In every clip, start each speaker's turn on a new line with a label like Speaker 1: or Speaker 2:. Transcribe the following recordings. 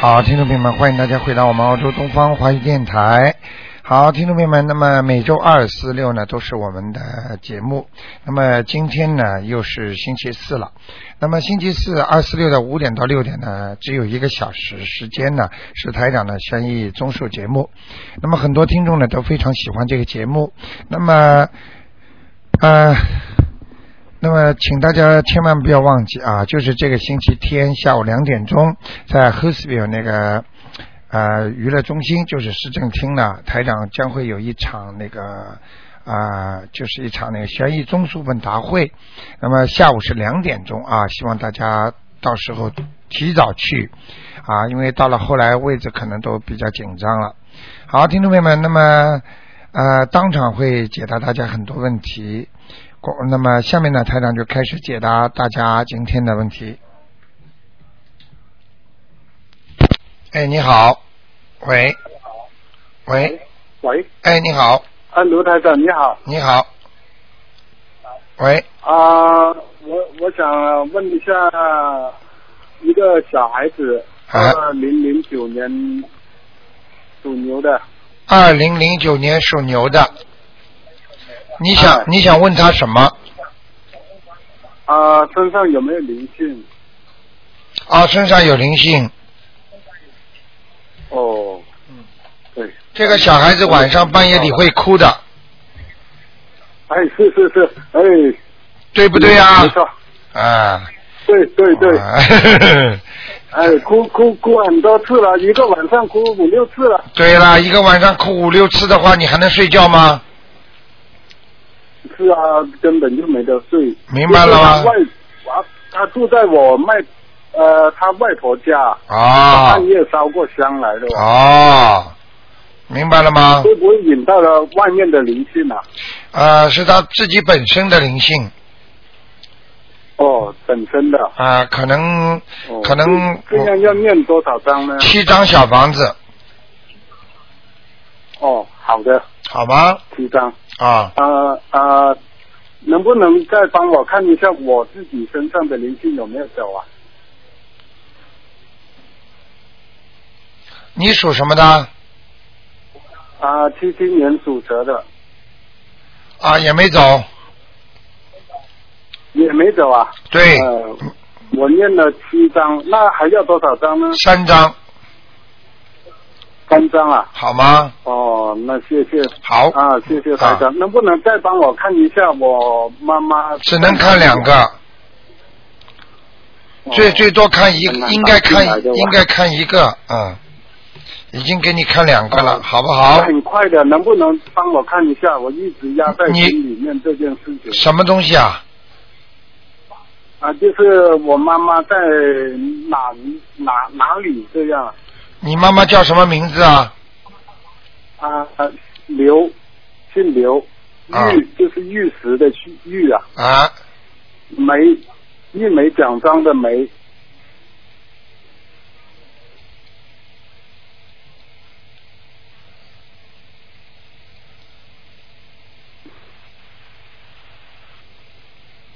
Speaker 1: 好，听众朋友们，欢迎大家回到我们澳洲东方华语电台。好，听众朋友们，那么每周二、四、六呢都是我们的节目。那么今天呢又是星期四了。那么星期四、二、四、六的五点到六点呢，只有一个小时时间呢是台长的悬疑综述节目。那么很多听众呢都非常喜欢这个节目。那么，呃。那么，请大家千万不要忘记啊，就是这个星期天下午两点钟，在 h e r s v i l l e 那个呃娱乐中心，就是市政厅呢，台长将会有一场那个啊、呃就是一场那个悬疑综述问答会。那么下午是两点钟啊，希望大家到时候提早去啊，因为到了后来位置可能都比较紧张了。好，听众朋友们，那么呃，当场会解答大家很多问题。过那么下面呢，台长就开始解答大家今天的问题。哎，你好，喂，喂，
Speaker 2: 喂，
Speaker 1: 哎，你好，
Speaker 2: 啊，卢台长你好，
Speaker 1: 你好，喂，
Speaker 2: 啊、我我想问一下，一个小孩子，
Speaker 1: 啊
Speaker 2: 二零零九年属牛的，
Speaker 1: 二零零九年属牛的，你想、
Speaker 2: 哎
Speaker 1: 你想问他什么？
Speaker 2: 啊、身上有没有灵性？
Speaker 1: 啊，身上有灵性，
Speaker 2: 哦，嗯，对，
Speaker 1: 这个小孩子晚上半夜里会哭的，
Speaker 2: 哎，是是是，哎，
Speaker 1: 对不对
Speaker 2: 没
Speaker 1: 啊？
Speaker 2: 错，
Speaker 1: 啊，
Speaker 2: 对对对，
Speaker 1: 啊呵呵
Speaker 2: 哎，哭哭哭很多次了，一个晚上哭五六次了，
Speaker 1: 对啦，一个晚上哭五六次的话，你还能睡觉吗？
Speaker 2: 是啊，根本就没得睡。
Speaker 1: 明白了吗
Speaker 2: 就是他外，啊他住在我外，呃，他外婆家，
Speaker 1: 啊
Speaker 2: 半夜烧过香来的，
Speaker 1: 哦，明白了吗？
Speaker 2: 会不会引到了外面的灵性啊？
Speaker 1: 啊，是他自己本身的灵性
Speaker 2: 哦，本身的，
Speaker 1: 啊、可能
Speaker 2: 哦、
Speaker 1: 可能
Speaker 2: 这这样要念多少章呢？
Speaker 1: 七张小房子，
Speaker 2: 哦，好的，
Speaker 1: 好吗？
Speaker 2: 七章。
Speaker 1: 啊，
Speaker 2: 呃呃，能不能再帮我看一下我自己身上的灵性有没有走啊？
Speaker 1: 你属什么的？
Speaker 2: 啊、七七年属蛇的
Speaker 1: 啊，也没走。
Speaker 2: 也没走啊。
Speaker 1: 对，
Speaker 2: 呃，我念了七张，那还要多少张呢？
Speaker 1: 三张，
Speaker 2: 三张啊。
Speaker 1: 好吗？
Speaker 2: 哦，那谢谢。
Speaker 1: 好，
Speaker 2: 啊，谢谢台长，能不能再帮我看一下我妈妈？
Speaker 1: 只能看两个，
Speaker 2: 哦
Speaker 1: 最最多看一
Speaker 2: 很
Speaker 1: 个，
Speaker 2: 难
Speaker 1: 应该
Speaker 2: 打进
Speaker 1: 看
Speaker 2: 来对吧
Speaker 1: 应该看一个，嗯，已经给你看两个了，
Speaker 2: 哦
Speaker 1: 好不好？
Speaker 2: 很快的，能不能帮我看一下？我一直压在心里面这件事情
Speaker 1: 什么东西啊？
Speaker 2: 啊，就是我妈妈在哪哪哪里这样
Speaker 1: 你妈妈叫什么名字啊？
Speaker 2: 啊？啊刘，姓刘，玉、
Speaker 1: 啊
Speaker 2: 就是玉石的玉玉啊，
Speaker 1: 啊，
Speaker 2: 梅，一枚奖章的梅，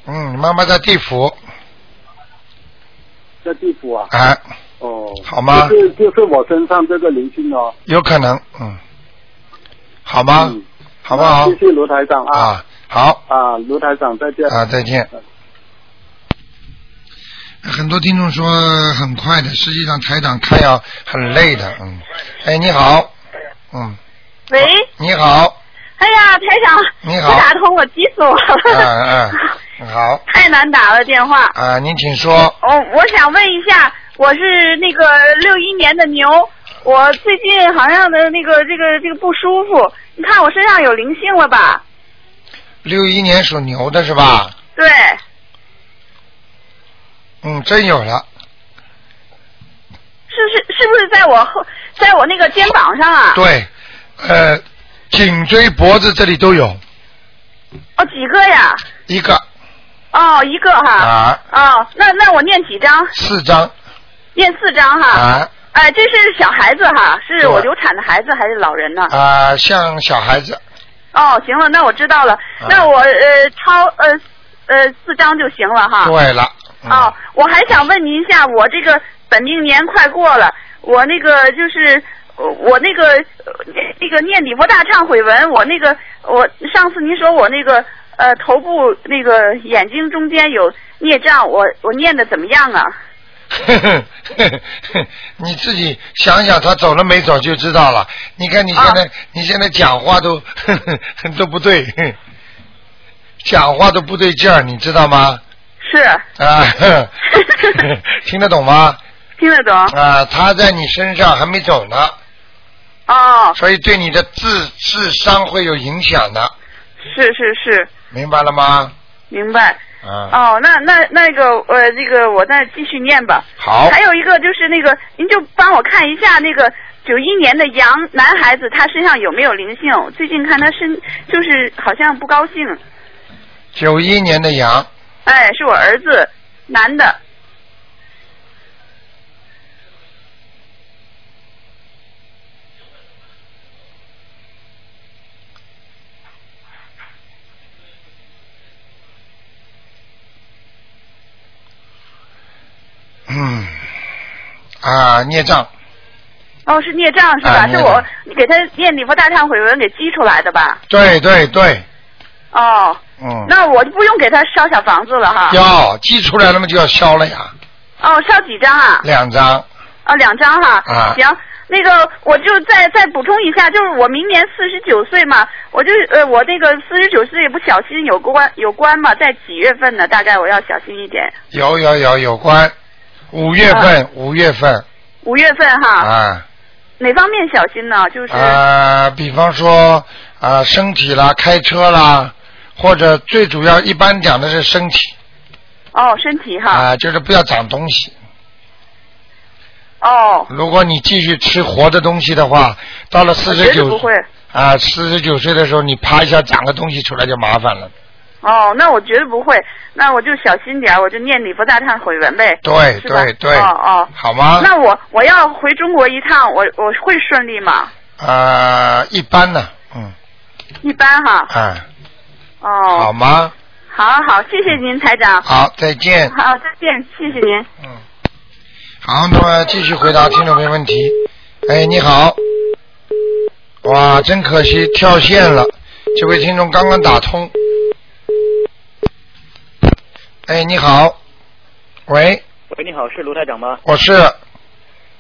Speaker 1: 嗯，你妈妈在地府
Speaker 2: 在地府啊。
Speaker 1: 啊，
Speaker 2: 哦，
Speaker 1: 好吗
Speaker 2: 就是就是我身上这个灵性哦。
Speaker 1: 有可能，嗯，好吗？
Speaker 2: 嗯
Speaker 1: 好不好
Speaker 2: 那？谢谢卢台长啊
Speaker 1: 啊，好
Speaker 2: 啊，卢台长再见。
Speaker 1: 啊，再见。很多听众说很快的，实际上台长看要很累的，嗯。哎，你好，嗯，
Speaker 3: 喂，
Speaker 1: 你 好，
Speaker 3: 哎呀，台长，
Speaker 1: 你好
Speaker 3: 我打通，我急死我
Speaker 1: 嗯
Speaker 3: 了，
Speaker 1: 嗯，好
Speaker 3: 太难打了电话。
Speaker 1: 啊，您请说。
Speaker 3: 哦，我想问一下，我是那个六一年的牛，我最近好像的那个这个这个不舒服，你看我身上有灵性了吧？
Speaker 1: 六一年属牛的是吧？
Speaker 3: 对，
Speaker 1: 嗯，真有了，
Speaker 3: 是是是不是在我后，在我那个肩膀上啊？
Speaker 1: 对，呃，颈椎、脖子这里都有
Speaker 3: 哦，几个呀？
Speaker 1: 一个
Speaker 3: 哦，一个哈。
Speaker 1: 啊，
Speaker 3: 哦，那那我念几张？
Speaker 1: 四张
Speaker 3: 念四张哈。
Speaker 1: 啊。
Speaker 3: 哎，这是小孩子哈，是
Speaker 1: 对
Speaker 3: 我流产的孩子还是老人呢？
Speaker 1: 啊、像小孩子，
Speaker 3: 哦，行了，那我知道了，
Speaker 1: 嗯
Speaker 3: 那我呃抄呃呃四张就行了哈。
Speaker 1: 对了，嗯、
Speaker 3: 哦，我还想问您一下，我这个本命年快过了，我那个就是我我那个呃那个念礼佛大忏悔文，我那个我上次您说我那个呃头部那个眼睛中间有孽障，我我念的怎么样啊？
Speaker 1: 你自己想想他走了没走就知道了。你看你现
Speaker 3: 啊
Speaker 1: 在、你现在讲话都 都不对，讲话都不对劲儿，你知道吗？
Speaker 3: 是
Speaker 1: 啊， 听得懂吗？
Speaker 3: 听得懂？
Speaker 1: 啊，他在你身上还没走呢，
Speaker 3: 哦，
Speaker 1: 所以对你的智智商会有影响的，
Speaker 3: 是是是，
Speaker 1: 明白了吗？
Speaker 3: 明白。
Speaker 1: 啊，
Speaker 3: 哦，那那那个呃，这个我再继续念吧。
Speaker 1: 好，
Speaker 3: 还有一个就是那个，您就帮我看一下那个九一年的羊男孩子，他身上有没有灵性？最近看他身就是好像不高兴。
Speaker 1: 九一年的羊，
Speaker 3: 哎，是我儿子，男的。
Speaker 1: 嗯，啊，孽障，
Speaker 3: 哦，是孽障是吧？
Speaker 1: 啊
Speaker 3: 是
Speaker 1: 孽障
Speaker 3: 我你给他念礼佛大忏悔文给激出来的吧？
Speaker 1: 对对对，
Speaker 3: 哦，
Speaker 1: 嗯，
Speaker 3: 那我就不用给他烧小房子了哈。
Speaker 1: 要寄出来了嘛就要消了呀，
Speaker 3: 哦，烧几张啊？
Speaker 1: 两张，
Speaker 3: 啊，两张哈。
Speaker 1: 啊
Speaker 3: 行，那个我就再再补充一下，就是我明年四十九岁嘛，我就呃我那个四十九岁不小心有关有关嘛，在几月份呢？大概我要小心一点，
Speaker 1: 有有有有关，五月
Speaker 3: 啊
Speaker 1: 份五月份
Speaker 3: 五月份哈。
Speaker 1: 啊
Speaker 3: 哪方面小心呢？就是、
Speaker 1: 啊，比方说啊身体啦，开车啦，或者最主要一般讲的是身体
Speaker 3: 哦，身体哈。
Speaker 1: 啊，就是不要长东西。
Speaker 3: 哦，
Speaker 1: 如果你继续吃活的东西的话，到了
Speaker 3: 我
Speaker 1: 四
Speaker 3: 绝
Speaker 1: 十
Speaker 3: 对不
Speaker 1: 九
Speaker 3: 会。
Speaker 1: 啊四十九岁的时候，你啪一下长个东西出来就麻烦了。
Speaker 3: 哦，那我绝对不会，那我就小心点儿，我就念礼佛大忏悔文呗。
Speaker 1: 对
Speaker 3: 是吧
Speaker 1: 对对，
Speaker 3: 哦哦。
Speaker 1: 好吗？
Speaker 3: 那我我要回中国一趟，我我会顺利吗？
Speaker 1: 啊，一般呢，嗯
Speaker 3: 一般哈。
Speaker 1: 啊，
Speaker 3: 哦。
Speaker 1: 好吗？
Speaker 3: 好好，谢谢您，台长。
Speaker 1: 好，再见。
Speaker 3: 好，再见，谢谢您。
Speaker 1: 嗯，好，那么继续回答听众朋友问题。哎，你好，哇，真可惜跳线了，这位听众刚刚打通。哎，你好，喂，
Speaker 4: 喂，你好，是卢台长吗？
Speaker 1: 我是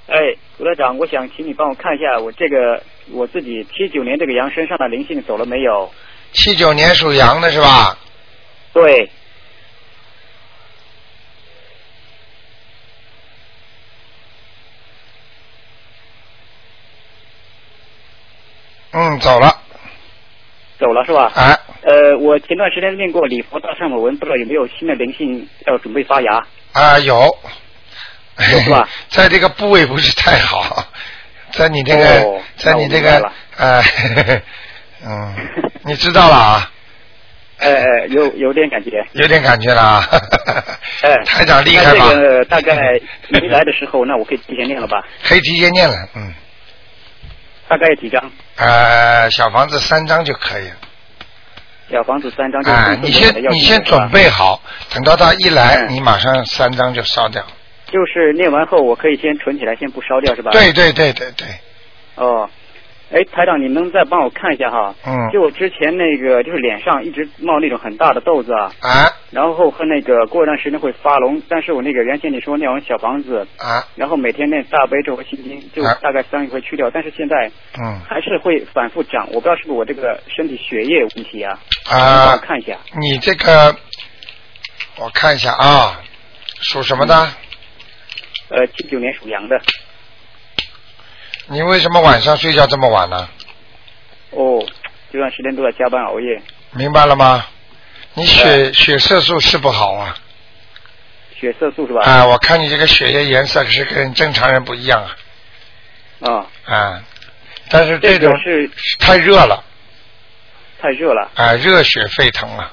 Speaker 4: 哎，卢台长，我想请你帮我看一下我这个我自己七九年这个羊身上的灵性走了没有？
Speaker 1: 七九年属羊的是吧？
Speaker 4: 对，
Speaker 1: 嗯，走了，
Speaker 4: 走了是吧？
Speaker 1: 哎，
Speaker 4: 呃，我前段时间念过礼佛大忏悔文，不知道有没有新的灵性要准备发芽？
Speaker 1: 啊、有，
Speaker 4: 有是吧
Speaker 1: 在这个部位不是太好，在你这个，
Speaker 4: 哦
Speaker 1: 在你这
Speaker 4: 那我
Speaker 1: 个
Speaker 4: 明白了，
Speaker 1: 呃，嗯，你知道了啊。
Speaker 4: 呃呃，有有点感觉。
Speaker 1: 有点感觉了啊！
Speaker 4: 哎、
Speaker 1: 台长厉害吧
Speaker 4: 那这个大概没来的时候，那我可以提前念了吧？
Speaker 1: 可以提前念了，嗯，
Speaker 4: 大概有几张？
Speaker 1: 呃，小房子三张就可以了。
Speaker 4: 小房子三张就
Speaker 1: 啊、
Speaker 4: 是
Speaker 1: 你
Speaker 4: 最基本的要
Speaker 1: 先你先
Speaker 4: 求是吧
Speaker 1: 准备好，等到他一来，
Speaker 4: 嗯
Speaker 1: 你马上三张就烧掉。
Speaker 4: 就是念完后，我可以先存起来，先不烧掉是吧？
Speaker 1: 对对对对对，
Speaker 4: 哦，哎，台长，你能再帮我看一下哈？
Speaker 1: 嗯
Speaker 4: 就我之前那个，就是脸上一直冒那种很大的痘子啊，
Speaker 1: 啊
Speaker 4: 然后和那个过一段时间会发脓，但是我那个原先你说那种小房子，
Speaker 1: 啊，
Speaker 4: 然后每天念大悲咒和心经，就
Speaker 1: 啊
Speaker 4: 大概三个月会去掉，但是现在
Speaker 1: 嗯
Speaker 4: 还是会反复长，我不知道是不是我这个身体血液有问题啊？能帮
Speaker 1: 啊
Speaker 4: 我，看一下，
Speaker 1: 你这个我看一下啊，属什么
Speaker 4: 嗯
Speaker 1: 的？
Speaker 4: 呃，七九年属羊的，
Speaker 1: 你为什么晚上睡觉这么晚呢？
Speaker 4: 哦，这段时间都在加班熬夜，
Speaker 1: 明白了吗？你血血色素是不好啊。
Speaker 4: 血色素是吧？
Speaker 1: 啊，我看你这个血液颜色是跟正常人不一样啊，
Speaker 4: 啊，
Speaker 1: 啊，但是
Speaker 4: 这
Speaker 1: 种
Speaker 4: 个是
Speaker 1: 太热了
Speaker 4: 太热了，
Speaker 1: 啊，热血沸腾啊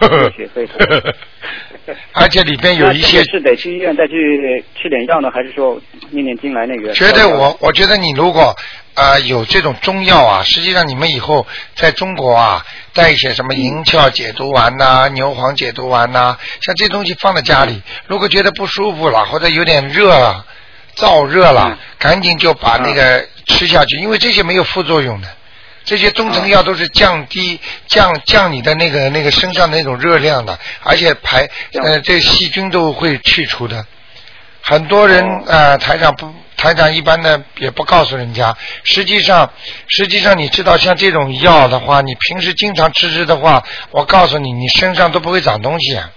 Speaker 1: 了，
Speaker 4: 热血沸腾
Speaker 1: 而且里边有一些
Speaker 4: 那这个，是得去医院再去吃点药呢，还是说念念经来那个？
Speaker 1: 觉得我我觉得你如果啊有这种中药啊，实际上你们以后在中国啊带一些什么银翘解毒丸呐、牛黄解毒丸呐、像这东西放在家里，如果觉得不舒服了或者有点热啊，燥热了，赶紧就把那个吃下去，因为这些没有副作用的。这些中成药都是降低、降降你的那个那个身上的那种热量的，而且排呃这细菌都会去除的。很多人啊、呃台长不台长一般呢也不告诉人家，实际上实际上你知道像这种药的话，你平时经常吃吃的话，我告诉你，你身上都不会长东西、啊。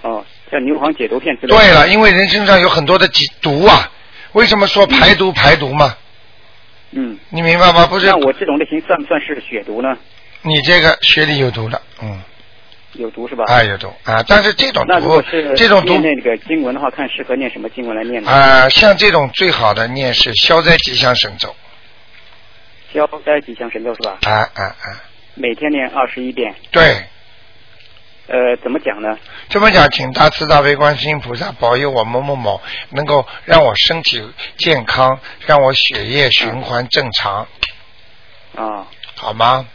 Speaker 4: 哦，像牛黄解毒片之类的。
Speaker 1: 对啊了，因为人身上有很多的几毒啊，为什么说排毒排毒嘛？
Speaker 4: 嗯，
Speaker 1: 你明白吗？不是
Speaker 4: 像我这种类型算不算是血毒呢？
Speaker 1: 你这个血里有毒的，嗯，
Speaker 4: 有毒是吧？
Speaker 1: 哎有毒啊，但是这种
Speaker 4: 那如
Speaker 1: 毒
Speaker 4: 果是
Speaker 1: 这种毒
Speaker 4: 念那个经文的话，看适合念什么经文来念呢？
Speaker 1: 啊、像这种最好的念是消灾吉祥神咒，
Speaker 4: 消灾吉祥神咒是吧？
Speaker 1: 啊啊啊，
Speaker 4: 每天念二十一遍。
Speaker 1: 对，
Speaker 4: 呃，怎么讲呢？
Speaker 1: 这么讲，请大慈大悲观世音菩萨保佑我某某某能够让我身体健康，让我血液循环正常，
Speaker 4: 啊、
Speaker 1: 好吗？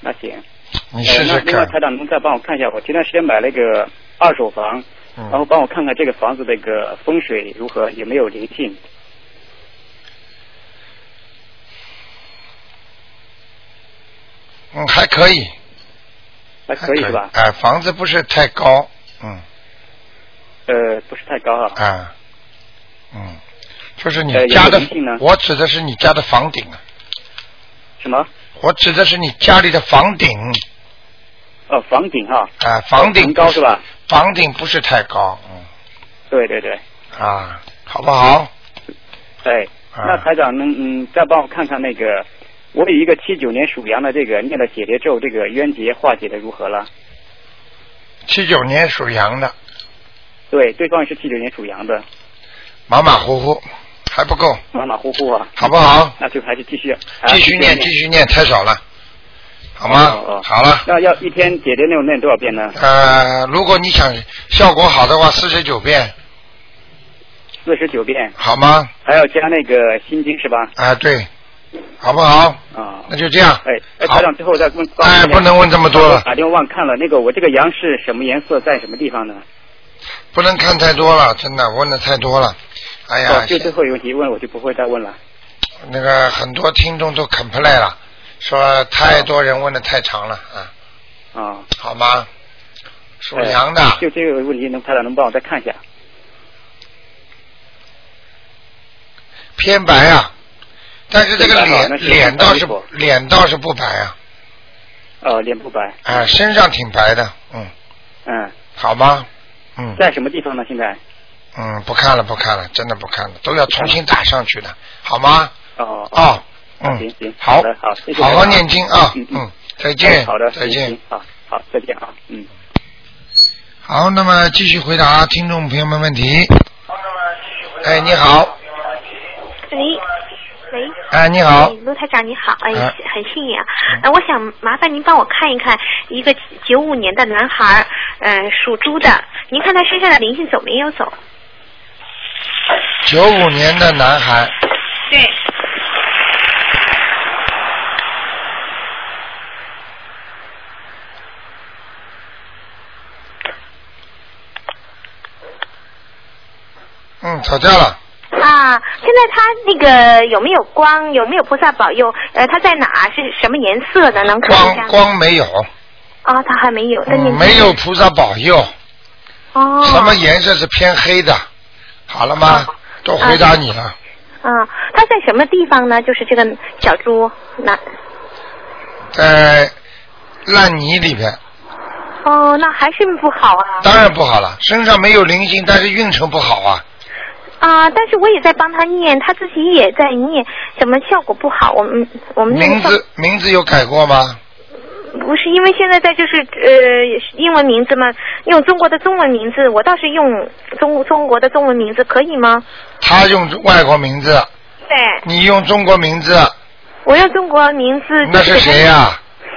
Speaker 4: 那行。
Speaker 1: 你试试
Speaker 4: 呃、那另外，
Speaker 1: 看，
Speaker 4: 台长，您再帮我看一下，我前段时间买了一个二手房，然后
Speaker 1: 嗯，
Speaker 4: 帮我看看这个房子的一个风水如何，有没有灵性？
Speaker 1: 嗯，还可以，
Speaker 4: 还可以是吧？
Speaker 1: 哎、房子不是太高，嗯，
Speaker 4: 呃，不是太高啊。
Speaker 1: 啊，嗯，就是你
Speaker 4: 呃有
Speaker 1: 家的
Speaker 4: 灵性呢，
Speaker 1: 我指的是你家的房顶啊，
Speaker 4: 什么？
Speaker 1: 我指的是你家里的房顶
Speaker 4: 哦，房顶哈、
Speaker 1: 啊，房顶
Speaker 4: 很
Speaker 1: 不
Speaker 4: 哦高是吧？
Speaker 1: 房顶不是太高，嗯，
Speaker 4: 对对对，
Speaker 1: 啊，好不好？
Speaker 4: 哎，
Speaker 1: 啊
Speaker 4: 那台长能嗯再帮我看看那个，我有一个七九年属羊的这个念了解结咒，这个冤结化解的如何了？
Speaker 1: 七九年属羊的，
Speaker 4: 对，对方也是七九年属羊的，
Speaker 1: 马马虎虎，还不够，
Speaker 4: 马马虎虎啊，
Speaker 1: 好不好？
Speaker 4: 那就还是继续还要
Speaker 1: 继续念，继续念，太少了，好
Speaker 4: 哦哦
Speaker 1: 吗
Speaker 4: 哦？
Speaker 1: 好了，
Speaker 4: 那要一天解结内容念多少遍呢？
Speaker 1: 呃，如果你想效果好的话，四十九遍，
Speaker 4: 四十九遍，
Speaker 1: 好吗？
Speaker 4: 还要加那个心经是吧？
Speaker 1: 啊，对，好不好？
Speaker 4: 啊、
Speaker 1: 那就这样。
Speaker 4: 哎，哎，
Speaker 1: 好
Speaker 4: 台，长，最后再问，
Speaker 1: 哎，不能问这么多了，
Speaker 4: 打电话忘看了，那个我这个羊是什么颜色，在什么地方呢？
Speaker 1: 不能看太多了，真的问的太多了。哎
Speaker 4: 哦
Speaker 1: 呀，，
Speaker 4: 就最后一个问题问了，我就不会再问了。
Speaker 1: 那个很多听众都 complain 了，说太多人问的太长了啊，
Speaker 4: 啊，
Speaker 1: 好吗？属
Speaker 4: 哎
Speaker 1: 羊的，
Speaker 4: 就这个问题，能台长能帮我再看一下？
Speaker 1: 偏白啊，但是这个
Speaker 4: 偏白啊那
Speaker 1: 脸脸
Speaker 4: 是
Speaker 1: 倒是
Speaker 4: 很白的
Speaker 1: 脸倒是不白啊，
Speaker 4: 呃，脸不白。
Speaker 1: 啊，身上挺白的，嗯，
Speaker 4: 嗯，
Speaker 1: 好吗？嗯
Speaker 4: 在什么地方呢？现在？
Speaker 1: 嗯，不看了不看了，真的不看了，都要重新打上去的，好吗？
Speaker 4: 哦。
Speaker 1: 哦，
Speaker 4: 行
Speaker 1: 嗯
Speaker 4: 行，
Speaker 1: 好
Speaker 4: 好的好谢，谢
Speaker 1: 好好
Speaker 4: 台长
Speaker 1: 念经啊
Speaker 4: 嗯，嗯
Speaker 1: 嗯，再
Speaker 4: 哎
Speaker 1: 见
Speaker 4: 好的，，
Speaker 1: 再见
Speaker 4: 行。行好好，再见啊，嗯。
Speaker 1: 好，那么继续回答听众朋友们问题。哎，你好，
Speaker 5: 喂，喂，
Speaker 1: 哎，你好嗯
Speaker 5: 哎，卢台长你好，哎，
Speaker 1: 哎
Speaker 5: 很幸运啊，哎、我想麻烦您帮我看一看一个九五年的男孩，嗯、属猪的，您看他身上的灵性走没有走？
Speaker 1: 九五年的男孩，
Speaker 5: 对，
Speaker 1: 嗯，走掉了，
Speaker 5: 啊，现在他那个有没有光？有没有菩萨保佑？呃，他在哪？是什么颜色的？能看一下
Speaker 1: 光
Speaker 5: 吗？
Speaker 1: 光没有，
Speaker 5: 啊、他还没有，但是、
Speaker 1: 嗯，没有菩萨保佑，
Speaker 5: 哦，
Speaker 1: 什么颜色是偏黑的？好了吗？都回答你了，
Speaker 5: 啊，他在什么地方呢？就是这个小猪那
Speaker 1: 在烂泥里边，
Speaker 5: 哦，那还是不好啊。
Speaker 1: 当然不好了，身上没有灵性，但是运程不好啊，
Speaker 5: 啊，但是我也在帮他念，他自己也在念，怎么效果不好？我们我哦们那个
Speaker 1: 名
Speaker 5: 效
Speaker 1: 字名字有改过吗？
Speaker 5: 不是因为现在在就是呃英文名字嘛，用中国的中文名字，我倒是用中中国的中文名字可以吗？
Speaker 1: 他用外国名字，
Speaker 5: 对，
Speaker 1: 你用中国名字，
Speaker 5: 我用中国名字。
Speaker 1: 那是谁呀、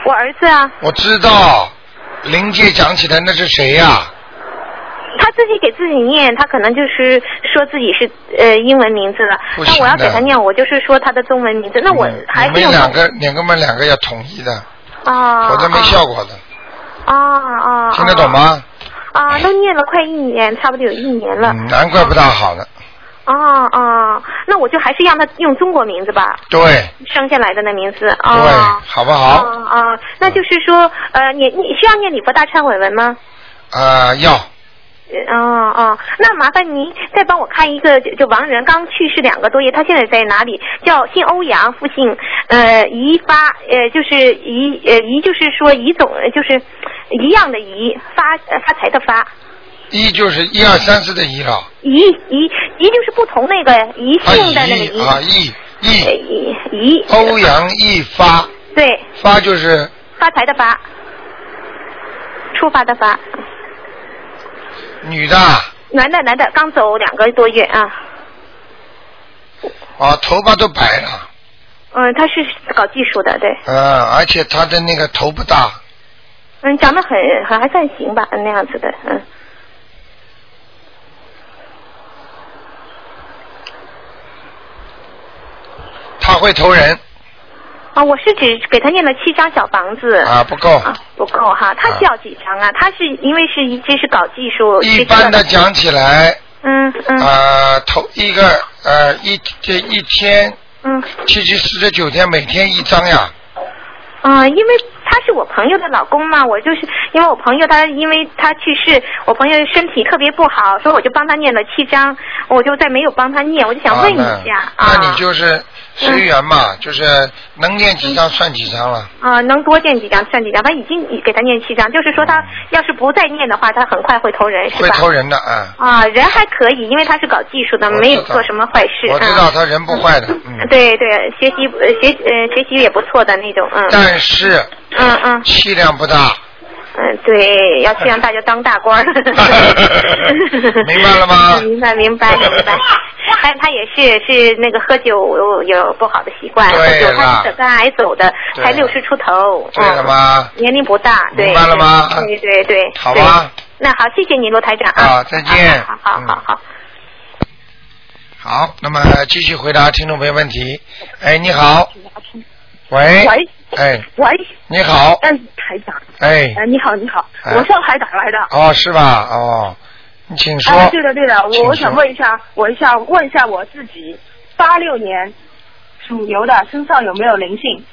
Speaker 5: 我儿子啊，
Speaker 1: 我知道，临界讲起来那是谁呀、
Speaker 5: 他自己给自己念，他可能就是说自己是呃英文名字了
Speaker 1: 不。
Speaker 5: 那
Speaker 1: 行
Speaker 5: 我要给
Speaker 1: 的
Speaker 5: 他念，我就是说他的中文名字。那我
Speaker 1: 嗯
Speaker 5: 还
Speaker 1: 你
Speaker 5: 是用
Speaker 1: 们两个，你们两个要统一的，
Speaker 5: 啊，
Speaker 1: 否则没效果的，
Speaker 5: 啊啊，啊
Speaker 1: 听得懂？吗？嗯
Speaker 5: 啊，都念了快一年，差不多有一年了。
Speaker 1: 嗯，难怪不大好呢。
Speaker 5: 哦哦，那我就还是让他用中国名字吧，
Speaker 1: 对
Speaker 5: 生下来的那名字
Speaker 1: 对
Speaker 5: 哦，。
Speaker 1: 好不
Speaker 5: 哦
Speaker 1: 好？
Speaker 5: 哦，那就是说，呃，你你需要念礼佛大忏悔文吗？
Speaker 1: 呃，要
Speaker 5: 呃哦哦，那麻烦您再帮我看一个，就就王仁刚去世两个多月，他现在在哪里？叫姓欧阳，复姓呃宜发，呃就是宜呃宜就是说宜总，呃就是一样的宜发呃发财的发，
Speaker 1: 一就是一二三四的一了，
Speaker 5: 宜宜宜就是不同那个宜
Speaker 1: 啊
Speaker 5: 姓的那个
Speaker 1: 一啊一
Speaker 5: 呃
Speaker 1: 一
Speaker 5: 宜宜
Speaker 1: 欧阳一发
Speaker 5: 对
Speaker 1: 发就是
Speaker 5: 发财的发，出发的发，
Speaker 1: 女的
Speaker 5: 男的男的刚走两个多月啊，
Speaker 1: 啊，头发都白了，
Speaker 5: 嗯他是搞技术的对。
Speaker 1: 呃，而且她的那个头不大，
Speaker 5: 嗯，长得很很还算行吧，嗯那样子的，嗯。
Speaker 1: 她会投人
Speaker 5: 啊，我是指给他念了七张小房子。
Speaker 1: 啊，不够。
Speaker 5: 啊不够哈，他需要几张啊？他是因为是一直是搞技术，
Speaker 1: 一般的
Speaker 5: 这个。
Speaker 1: 讲起来，
Speaker 5: 嗯嗯、
Speaker 1: 呃，头一个呃一这一天
Speaker 5: 嗯
Speaker 1: 七七四十九天，每天一张呀。
Speaker 5: 嗯、因为他是我朋友的老公嘛，我就是因为我朋友他因为他去世，我朋友身体特别不好，所以我就帮他念了七张，我就再没有帮他念，我就想问一下
Speaker 1: 啊
Speaker 5: 啊嗯
Speaker 1: 那，那你就是随缘嘛，就是能念几张算几张了。
Speaker 5: 啊、能多念几张算几张，他已经给他念七张，就是说他要是不再念的话，他很快会投人是吧？
Speaker 1: 嗯会投人的啊。
Speaker 5: 啊，人还可以，因为他是搞技术的，
Speaker 1: 我
Speaker 5: 没有
Speaker 1: 知道
Speaker 5: 做什么坏事。
Speaker 1: 我知道他人不坏的，嗯
Speaker 5: 啊嗯。。对对，学习呃学呃学习也不错的那种，嗯
Speaker 1: 但是
Speaker 5: 嗯嗯
Speaker 1: 气量不大，
Speaker 5: 嗯，对，要去让大家当大官儿。
Speaker 1: 明白了吗
Speaker 5: 嗯 明白明白明白。但他也是是那个喝酒有不好的习惯，喝
Speaker 1: 对
Speaker 5: 酒
Speaker 1: 了
Speaker 5: 他是得肝癌走的，
Speaker 1: 对
Speaker 5: 才六十出头。
Speaker 1: 对了吗
Speaker 5: 嗯？年龄不大，对。
Speaker 1: 明白了吗
Speaker 5: 对对对。
Speaker 1: 好吧
Speaker 5: 对。那好，谢谢你，罗台长
Speaker 1: 啊再见嗯
Speaker 5: 好好好好好。
Speaker 1: 好，那么继续回答听众朋友问题。哎，你好。喂。呃
Speaker 6: 喂。
Speaker 1: 哎，
Speaker 6: 喂，
Speaker 1: 你好。
Speaker 6: 哎，台长，
Speaker 1: 哎。
Speaker 6: 哎，你好，你好，
Speaker 1: 哎
Speaker 6: 我上海打来的。
Speaker 1: 哦，是吧？哦，你请说。
Speaker 6: 哎，对的，对的，
Speaker 1: 请
Speaker 6: 我
Speaker 1: 说
Speaker 6: 我想问一下，我想问一下我自己，八六年属牛的身上有没有灵性？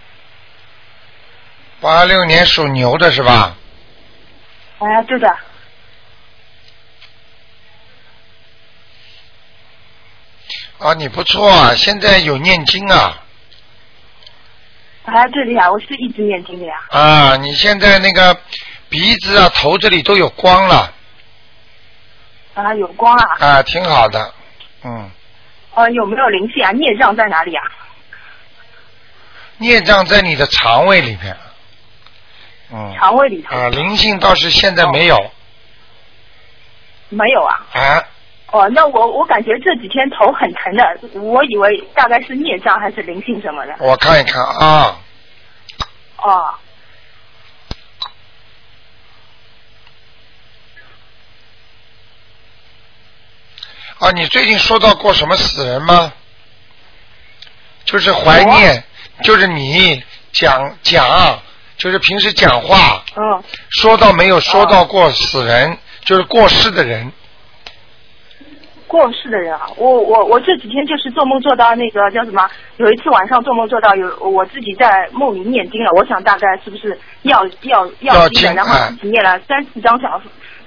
Speaker 1: 八六年属牛的是吧？
Speaker 6: 哎，对的，
Speaker 1: 啊，你不错啊，现在有念经啊
Speaker 6: 哎，对的呀，我是一直念经的呀。
Speaker 1: 啊！你现在那个鼻子啊、头这里都有光了
Speaker 6: 啊，有光啊，
Speaker 1: 啊，挺好的。嗯，
Speaker 6: 呃，有没有灵性啊？孽障在哪里啊？
Speaker 1: 孽障在你的肠胃里面。嗯。
Speaker 6: 肠胃里头、哦
Speaker 1: 啊，灵性倒是现在没有
Speaker 6: 没有啊？
Speaker 1: 啊。
Speaker 6: 哦，那我我感觉这几天头很疼的，我以为大概是孽障还是灵性什么的。
Speaker 1: 我看一看啊，
Speaker 6: 哦，
Speaker 1: 啊，你最近说到过什么死人吗？就是怀念，就是你讲讲，就是平时讲话
Speaker 7: 啊
Speaker 6: 嗯，
Speaker 1: 说到没有说到过死人，就是过世的人。
Speaker 6: 过世的人啊，我我我这几天就是做梦做到那个叫什么？有一次晚上做梦做到有我自己在梦里念经了，我想大概是不是要要
Speaker 1: 要
Speaker 6: 要经
Speaker 1: 经
Speaker 6: 了，然后
Speaker 1: 哎
Speaker 6: 自己念了三四张小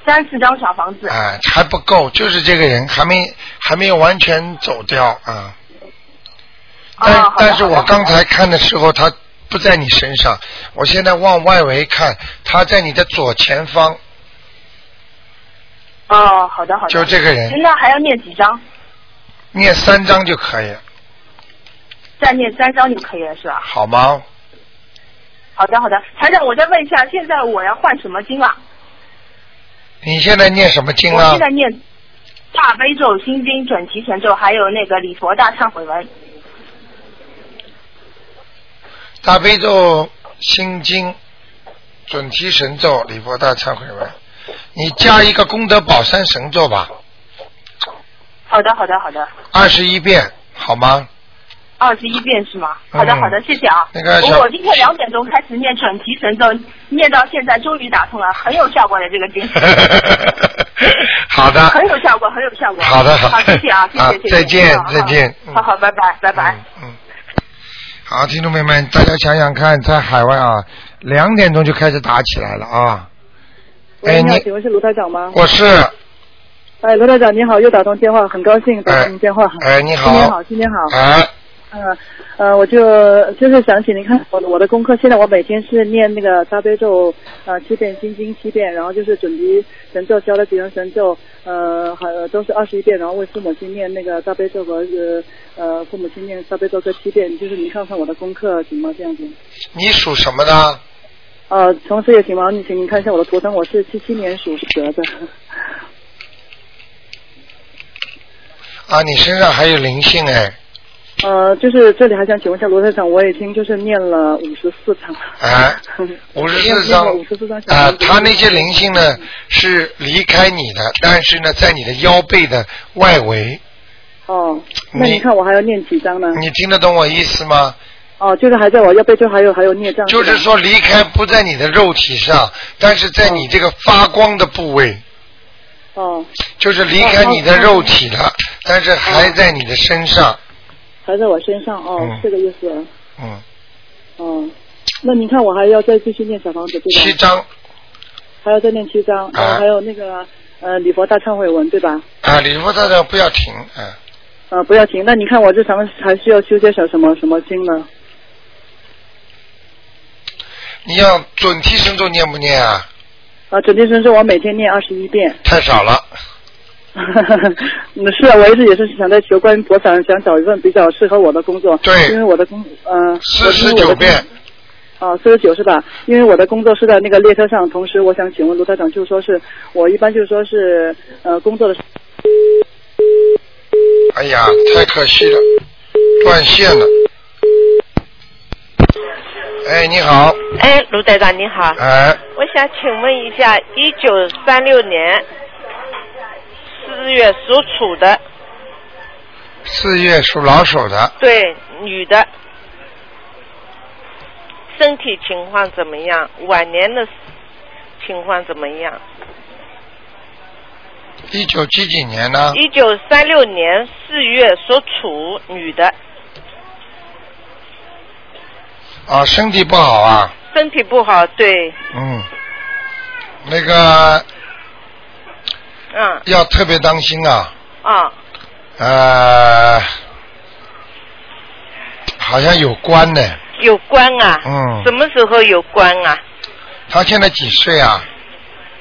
Speaker 6: 三四张小房子。
Speaker 1: 啊，还不够，就是这个人还没还没有完全走掉啊。
Speaker 6: 啊
Speaker 1: 但、
Speaker 6: 好的
Speaker 1: 但是
Speaker 6: 好的
Speaker 1: 我刚才看的时候，他不在你身上，我现在往外围看，他在你的左前方，
Speaker 6: 哦，好的好的。
Speaker 1: 就这个人
Speaker 6: 那还要念几张？
Speaker 1: 念三章就可以，
Speaker 6: 再念三张就可以了，是吧？
Speaker 1: 好吗？
Speaker 6: 好的好的，台长，我再问一下，现在我要换什么经了？
Speaker 1: 你现在念什么经
Speaker 6: 我
Speaker 1: 啊
Speaker 6: 现？在念大悲咒、心经、准提神咒，还有那个礼佛大忏悔文。
Speaker 1: 大悲咒、心经、准提神咒、礼佛大忏悔文，你加一个功德宝山神咒吧，
Speaker 6: 好的好的好的，
Speaker 1: 二十一遍，好吗？
Speaker 6: 二十一遍是吗？好的
Speaker 1: 嗯
Speaker 6: 好的，谢谢啊。
Speaker 1: 那个小。
Speaker 6: 我今天两点钟开始念准提神咒，念到现在终于打通了，很有效果的这个经
Speaker 1: 好的，
Speaker 6: 很有效果，很有效果。
Speaker 1: 好的，
Speaker 6: 好，
Speaker 1: 的，
Speaker 6: 谢谢啊，谢
Speaker 1: 好
Speaker 6: 谢，谢谢。
Speaker 1: 再见
Speaker 6: 好，
Speaker 1: 再见。嗯
Speaker 6: 好好，拜拜，拜拜。
Speaker 1: 嗯，嗯好，听众朋友们，大家想想看，在海外啊，两点钟就开始打起来了啊。哎，
Speaker 8: 喂，你好，
Speaker 1: 你
Speaker 8: 请问是卢台长吗？
Speaker 1: 我是
Speaker 8: 哎，卢台长你好，又打通电话，很高兴打通您电话。
Speaker 1: 哎，你
Speaker 8: 新年
Speaker 1: 好
Speaker 8: 好，，新年好。
Speaker 1: 哎，
Speaker 8: 嗯呃，我就就是想起您看我的我的功课，现在我每天是念那个大悲咒，呃七遍心经七遍，然后就是准提神咒、消灾吉祥神咒，呃还有都是二十一遍，然后为父母亲念那个大悲咒和呃呃父母亲念大悲咒各七遍，就是您看看我的功课行吗？这样子。
Speaker 1: 你属什么的？
Speaker 8: 呃，同时也行吗？你请您看一下我的图腾，我是七七年属蛇的。
Speaker 1: 啊，你身上还有灵性哎，
Speaker 8: 呃，就是这里还想请问一下罗台长，我已经就是念了五十四章了。
Speaker 1: 哎，五十四张
Speaker 8: 五十四张小
Speaker 1: 啊
Speaker 8: 房子。，
Speaker 1: 他那些灵性呢是离开你的，但是呢，在你的腰背的外围，
Speaker 8: 哦，那你
Speaker 1: 你
Speaker 8: 看我还要念几张呢？
Speaker 1: 你听得懂我意思吗？
Speaker 8: 哦，就是还在我腰背，就还有还有孽障。
Speaker 1: 就是
Speaker 8: 吧
Speaker 1: 说离开不在你的肉体上，但是在你这个发光的部位，
Speaker 8: 哦，
Speaker 1: 就是离开你的肉体了，但是还在你的身上。
Speaker 8: 还在我身上哦，
Speaker 1: 嗯
Speaker 8: 这个意思。
Speaker 1: 嗯，
Speaker 8: 哦，那您看我还要再继续念小房子对
Speaker 1: 七
Speaker 8: 吧？
Speaker 1: 张
Speaker 8: 还要再念七张，
Speaker 1: 啊
Speaker 8: 哦，还有那个呃礼佛大忏悔文对吧？
Speaker 1: 啊，礼佛大的不要停啊。
Speaker 8: 呃，不要停。那你看我日常还需要修些什什么什么经呢？
Speaker 1: 你要准提神咒念不念啊？
Speaker 8: 啊，准提神咒我每天念二十一遍。
Speaker 1: 太少了，
Speaker 8: 嗯，是啊，我一直也是想在求观音菩萨，想找一份比较适合我的工作。
Speaker 1: 对
Speaker 8: 因为我的工，呃，
Speaker 1: 四十九遍。
Speaker 8: 啊，四十九是吧？因为我的工作是在那个列车上，同时我想请问卢台长，就是说是我一般就是说是呃工作的时候
Speaker 1: 哎呀，太可惜了，断线了。哎，你好，
Speaker 9: 哎，卢台长你好，
Speaker 1: 哎，
Speaker 9: 我想请问一下，一九三六年四月属鼠的，
Speaker 1: 四月属老鼠的，
Speaker 9: 对，女的，身体情况怎么样？晚年的情况怎么样？
Speaker 1: 一九几几年呢？
Speaker 9: 一九三六年四月属鼠，女的，
Speaker 1: 啊，身体不好啊，
Speaker 9: 身体不好，对，
Speaker 1: 嗯，那个
Speaker 9: 嗯，
Speaker 1: 要特别当心啊，
Speaker 9: 啊，
Speaker 1: 呃，好像有关呢。
Speaker 9: 有关啊，
Speaker 1: 嗯
Speaker 9: 什么时候有关啊？
Speaker 1: 他现在几岁啊？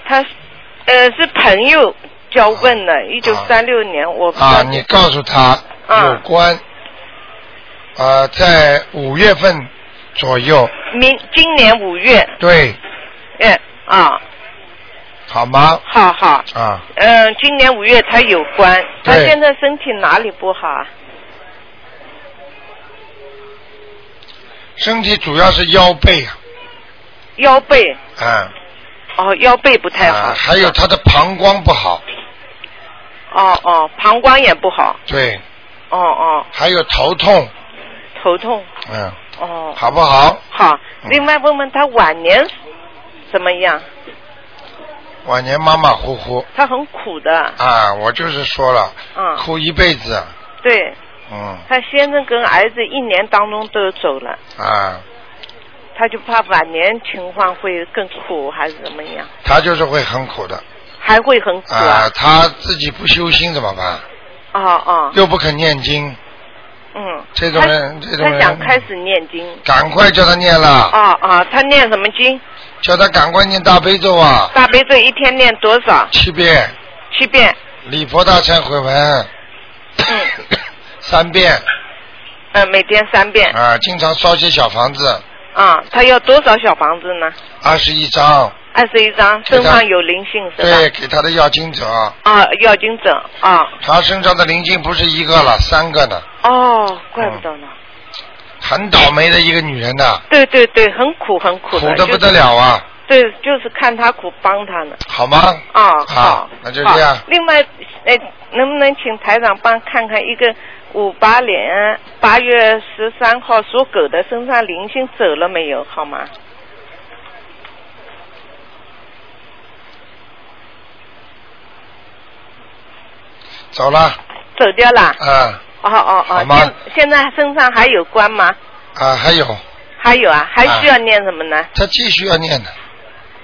Speaker 9: 他是呃是朋友交问的，一九三六年，我不知道
Speaker 1: 啊，你告诉他
Speaker 9: 嗯
Speaker 1: 有关，呃，在五月份左右，
Speaker 9: 明今年五月，
Speaker 1: 对，
Speaker 9: 嗯啊，
Speaker 1: 好吗？
Speaker 9: 好好，
Speaker 1: 啊，
Speaker 9: 嗯，今年五月他有关，他
Speaker 1: 对
Speaker 9: 现在身体哪里不好啊？
Speaker 1: 身体主要是腰背啊，
Speaker 9: 腰背，
Speaker 1: 嗯，
Speaker 9: 哦，腰背不太好
Speaker 1: 啊，，还有他的膀胱不好，
Speaker 9: 哦哦，膀胱也不好，
Speaker 1: 对，
Speaker 9: 哦哦，
Speaker 1: 还有头痛，
Speaker 9: 头痛，
Speaker 1: 嗯，
Speaker 9: 哦，
Speaker 1: 好不好？
Speaker 9: 好，
Speaker 1: 嗯
Speaker 9: 另外问问他晚年怎么样？
Speaker 1: 晚年马马虎虎
Speaker 9: 他很苦的，
Speaker 1: 啊，我就是说了，
Speaker 9: 嗯，
Speaker 1: 哭一辈子，啊
Speaker 9: 对
Speaker 1: 嗯，
Speaker 9: 他先生跟儿子一年当中都走了，
Speaker 1: 啊，
Speaker 9: 他就怕晚年情况会更苦还是怎么样？
Speaker 1: 他就是会很苦的
Speaker 9: 还会很苦
Speaker 1: 啊
Speaker 9: 啊，！
Speaker 1: 他自己不修心怎么办？
Speaker 9: 哦哦，
Speaker 1: 又啊不肯念经，
Speaker 9: 嗯，
Speaker 1: 这种人
Speaker 9: 他
Speaker 1: 这种人
Speaker 9: 他想开始念经。
Speaker 1: 赶快叫他念了，
Speaker 9: 啊啊，他念什么经？
Speaker 1: 叫他赶快念大悲咒啊，
Speaker 9: 大悲咒一天念多少？
Speaker 1: 七遍，
Speaker 9: 七遍。
Speaker 1: 礼佛大忏悔文
Speaker 9: 嗯
Speaker 1: 三遍
Speaker 9: 嗯，每天三遍。
Speaker 1: 啊，经常烧些小房子，
Speaker 9: 啊，他要多少小房子呢？
Speaker 1: 二十一张，
Speaker 9: 二十一张，
Speaker 1: 给他
Speaker 9: 身上有灵性是
Speaker 1: 对，
Speaker 9: 吧？
Speaker 1: 给他的要经者，
Speaker 9: 啊，要经者啊。
Speaker 1: 他身上的灵性不是一个了，三个呢，
Speaker 9: 哦，怪不得呢。
Speaker 1: 嗯很倒霉的一个女人呐，
Speaker 9: 对对对，很苦很苦
Speaker 1: 苦
Speaker 9: 的，
Speaker 1: 的不得
Speaker 9: 就是。
Speaker 1: 了啊，
Speaker 9: 对，就是看他苦，帮他呢。
Speaker 1: 好吗？
Speaker 9: 啊，
Speaker 1: 好
Speaker 9: 好，
Speaker 1: 那就这样
Speaker 9: 好另外，呃，能不能请台长帮看看一个五八年八月十三号属狗的身上灵性走了没有，好吗？
Speaker 1: 走了，
Speaker 9: 走掉了。
Speaker 1: 啊
Speaker 9: 哦哦
Speaker 1: 好
Speaker 9: 哦，
Speaker 1: 吗
Speaker 9: 现现在身上还有关吗？
Speaker 1: 啊，还有
Speaker 9: 还有啊，还需要念什么呢？
Speaker 1: 他继续要念的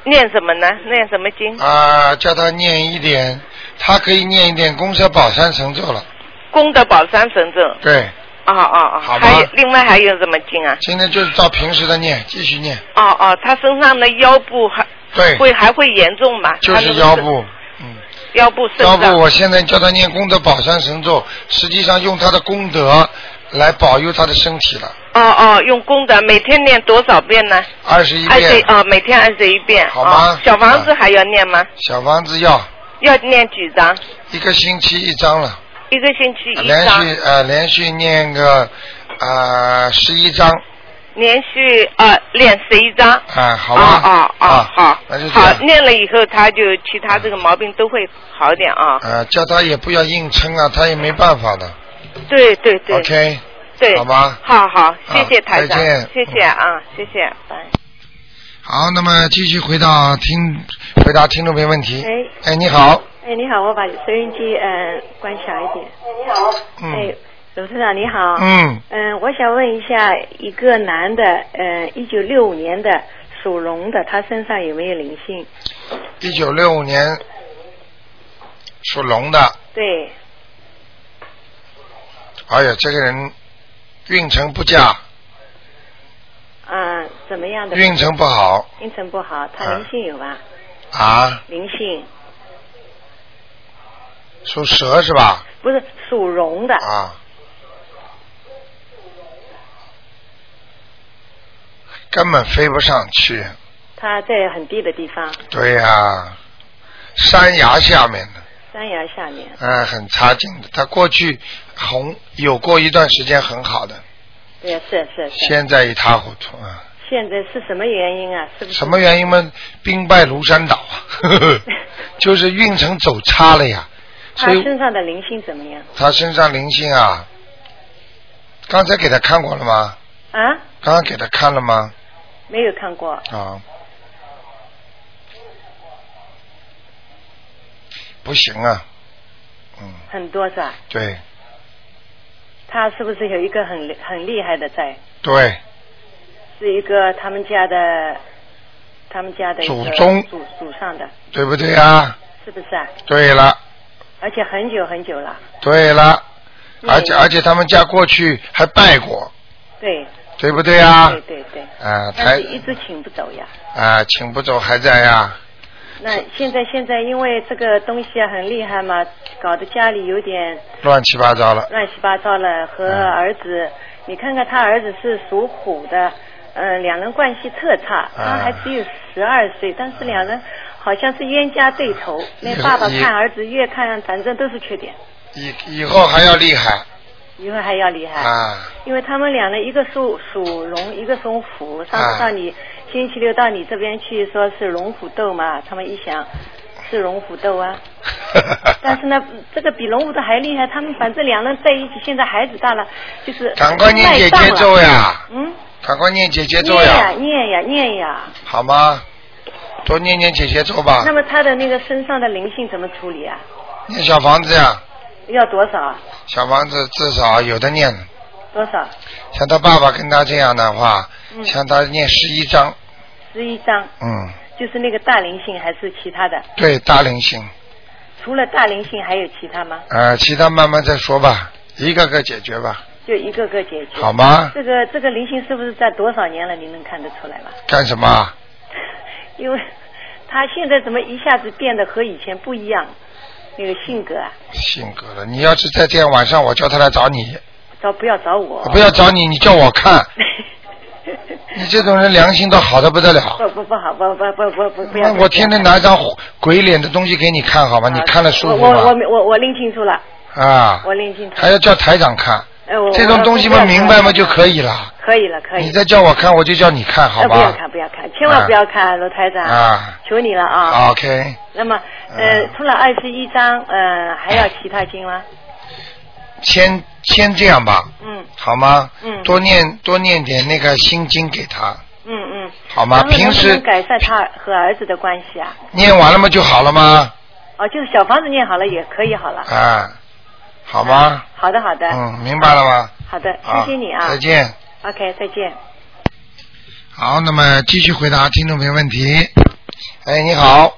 Speaker 9: 念什么呢？念什么经？
Speaker 1: 啊，叫他念一点，他可以念一点《功德宝山神咒》了。
Speaker 9: 功德宝山神咒。
Speaker 1: 对，
Speaker 9: 哦哦哦，
Speaker 1: 好吧
Speaker 9: 还有另外还有什么经啊？
Speaker 1: 今天就是照平时的念，继续念。
Speaker 9: 哦哦，他身上的腰部还
Speaker 1: 对，
Speaker 9: 会还会严重吗？
Speaker 1: 就
Speaker 9: 他
Speaker 1: 是
Speaker 9: 那个
Speaker 1: 腰部，
Speaker 9: 腰部肾
Speaker 1: 要
Speaker 9: 脏
Speaker 1: 不我现在叫他念功德宝山神咒，实际上用他的功德来保佑他的身体了，
Speaker 9: 哦哦，用功德每天念多少遍呢？
Speaker 1: 二十一
Speaker 9: 二十
Speaker 1: 遍。
Speaker 9: 哦，每天二十一遍。
Speaker 1: 好吗
Speaker 9: 哦小房子还要念吗？
Speaker 1: 小房子要
Speaker 9: 要念几张？
Speaker 1: 一个星期一张了，
Speaker 9: 一个星期一
Speaker 1: 连
Speaker 9: 张，
Speaker 1: 续呃连续念个啊十一张
Speaker 9: 连续呃练十一张。
Speaker 1: 啊，好
Speaker 9: 啊
Speaker 1: 吧？
Speaker 9: 啊啊！好
Speaker 1: 那就这
Speaker 9: 好
Speaker 1: 样，
Speaker 9: 念了以后，他就其他这个毛病都会好一点啊。
Speaker 1: 啊，叫他也不要硬撑啊，他也没办法的。
Speaker 9: 对对对
Speaker 1: OK，
Speaker 9: 对，
Speaker 1: 好吧
Speaker 9: 好好，谢谢
Speaker 1: 啊
Speaker 9: 台长
Speaker 1: 再见，
Speaker 9: 谢谢啊，谢谢，拜。
Speaker 1: 好，那么继续回到听回答听众朋友问题。
Speaker 10: 哎
Speaker 1: 哎，你好，
Speaker 10: 哎，你好，我把收音机嗯、呃关小一点。你好。
Speaker 1: 嗯
Speaker 10: 哎，鲁科长你好。
Speaker 1: 嗯。
Speaker 10: 嗯、我想问一下，一个男的，嗯、呃，一九六五年的，属龙的，他身上有没有灵性？
Speaker 1: 一九六五年属龙的，
Speaker 10: 对，
Speaker 1: 哎呀，这个人运程不佳，
Speaker 10: 嗯、怎么样的？
Speaker 1: 运程不好。
Speaker 10: 运程不好，他灵性有吧？
Speaker 1: 啊，
Speaker 10: 灵性
Speaker 1: 属蛇是吧？
Speaker 10: 不是属龙的。
Speaker 1: 啊。根本飞不上去，
Speaker 10: 他在很低的地方，
Speaker 1: 对呀、山崖下面的，
Speaker 10: 山崖下面。
Speaker 1: 嗯，很差劲的。他过去红有过一段时间很好的，
Speaker 10: 对呀，是啊是啊是啊。
Speaker 1: 现在一塌糊涂啊！
Speaker 10: 现在是什么原因啊？是不是？
Speaker 1: 什么原因嘛？兵败如山倒啊，呵呵就是运程走差了呀。
Speaker 10: 他
Speaker 1: 所以
Speaker 10: 身上的灵性怎么样？
Speaker 1: 他身上灵性啊，刚才给他看过了吗？
Speaker 10: 啊，
Speaker 1: 刚刚给他看了吗？
Speaker 10: 没有看过。
Speaker 1: 啊，不行啊，嗯，
Speaker 10: 很多是吧？
Speaker 1: 对
Speaker 10: 他是不是有一个很厉很厉害的在？
Speaker 1: 对，
Speaker 10: 是一个他们家的，他们家的一个
Speaker 1: 祖宗
Speaker 10: 祖祖上的，
Speaker 1: 对不对啊？
Speaker 10: 是不是啊？
Speaker 1: 对了
Speaker 10: 而且很久很久了，
Speaker 1: 对了，
Speaker 10: 嗯
Speaker 1: 而且而且他们家过去还拜过，
Speaker 10: 对，
Speaker 1: 对不对啊
Speaker 10: 对？对对，
Speaker 1: 啊，
Speaker 10: 但
Speaker 1: 台
Speaker 10: 是一直请不走呀。
Speaker 1: 啊，请不走还在呀，
Speaker 10: 那现在现在因为这个东西啊很厉害嘛，搞得家里有点
Speaker 1: 乱七八糟了，
Speaker 10: 乱七八糟了。和
Speaker 1: 嗯
Speaker 10: 儿子，你看看他儿子是属虎的，嗯、两人关系特差，
Speaker 1: 嗯
Speaker 10: 他还只有十二岁，但是两人好像是冤家对头。那
Speaker 1: 也
Speaker 10: 爸爸
Speaker 1: 也
Speaker 10: 看儿子越看，反正都是缺点，
Speaker 1: 以以后还要厉害
Speaker 10: 以后还要厉害。
Speaker 1: 啊，
Speaker 10: 因为他们两人一个属属龙，一个属虎。上
Speaker 1: 啊
Speaker 10: 次到你、星期六到你这边去，说是龙虎斗嘛，他们一想是龙虎斗 啊。但是呢，这个比龙虎斗还厉害。他们反正两人在一起，现在孩子大了，就是
Speaker 1: 赶快念姐姐咒呀，
Speaker 10: 嗯，
Speaker 1: 赶快念姐姐咒
Speaker 10: 念呀
Speaker 1: 呀，
Speaker 10: 念呀念呀。
Speaker 1: 好吗？多念念姐姐咒吧
Speaker 10: 那，么他的那个身上的灵性怎么处理啊？
Speaker 1: 念小房子呀。
Speaker 10: 要多少啊？
Speaker 1: 小房子至少有的念，
Speaker 10: 多少？
Speaker 1: 像他爸爸跟他这样的话，
Speaker 10: 嗯
Speaker 1: 像他念十一章，
Speaker 10: 十一张，
Speaker 1: 嗯，
Speaker 10: 就是那个大灵性还是其他的？
Speaker 1: 对，大灵性，
Speaker 10: 除了大灵性还有其他吗？
Speaker 1: 呃，其他慢慢再说吧，一个个解决吧，
Speaker 10: 就一个个解决。
Speaker 1: 好吗？
Speaker 10: 这个这个灵性是不是在多少年了？您能看得出来吗？
Speaker 1: 干什么啊？
Speaker 10: 因为他现在怎么一下子变得和以前不一样，那个性格啊，
Speaker 1: 性格了，你要是再这样，晚上我叫他来找你，
Speaker 10: 找不要找我。
Speaker 1: 不要找你，你叫我 看，你这种人良心都好的不得了。
Speaker 10: 不不不好，不不不不不不要啊
Speaker 1: 那。我天天拿一张鬼脸的东西给你看好吗？你看了舒
Speaker 10: 我
Speaker 1: 服
Speaker 10: 啊我我
Speaker 1: 吗？
Speaker 10: 没我我拎清楚了，
Speaker 1: 啊，
Speaker 10: 我拎清楚。
Speaker 1: 还要叫台长看，
Speaker 10: 哎我
Speaker 1: 这种东西嘛，明白嘛就可以了。
Speaker 10: 可以了，可以。
Speaker 1: 你再叫我看，我就叫你看，好
Speaker 10: 哎，不要
Speaker 1: 吧？
Speaker 10: 看，不要看，千万不要看，罗台长，
Speaker 1: 啊
Speaker 10: 求你了啊！
Speaker 1: ，OK，
Speaker 10: 那么，呃
Speaker 1: 嗯，
Speaker 10: 除了二十一章，呃，还要其他经吗？
Speaker 1: 先先这样吧，
Speaker 10: 嗯
Speaker 1: 好吗？
Speaker 10: 嗯
Speaker 1: 多念多念点那个心经给他，
Speaker 10: 嗯嗯。
Speaker 1: 好吗？
Speaker 10: 然后能
Speaker 1: 平
Speaker 10: 不能
Speaker 1: 时
Speaker 10: 改善他和儿子的关系啊？
Speaker 1: 念完了嘛就好了吗？
Speaker 10: 哦，就是小房子念好了也可以好了。
Speaker 1: 啊，好吗？
Speaker 10: 好的，好的。
Speaker 1: 嗯，明白了吗？
Speaker 10: 好的，
Speaker 1: 啊
Speaker 10: 谢谢你啊。
Speaker 1: 再见。
Speaker 10: OK，再见。
Speaker 1: 好，那么继续回答听众朋友问题。哎，你好。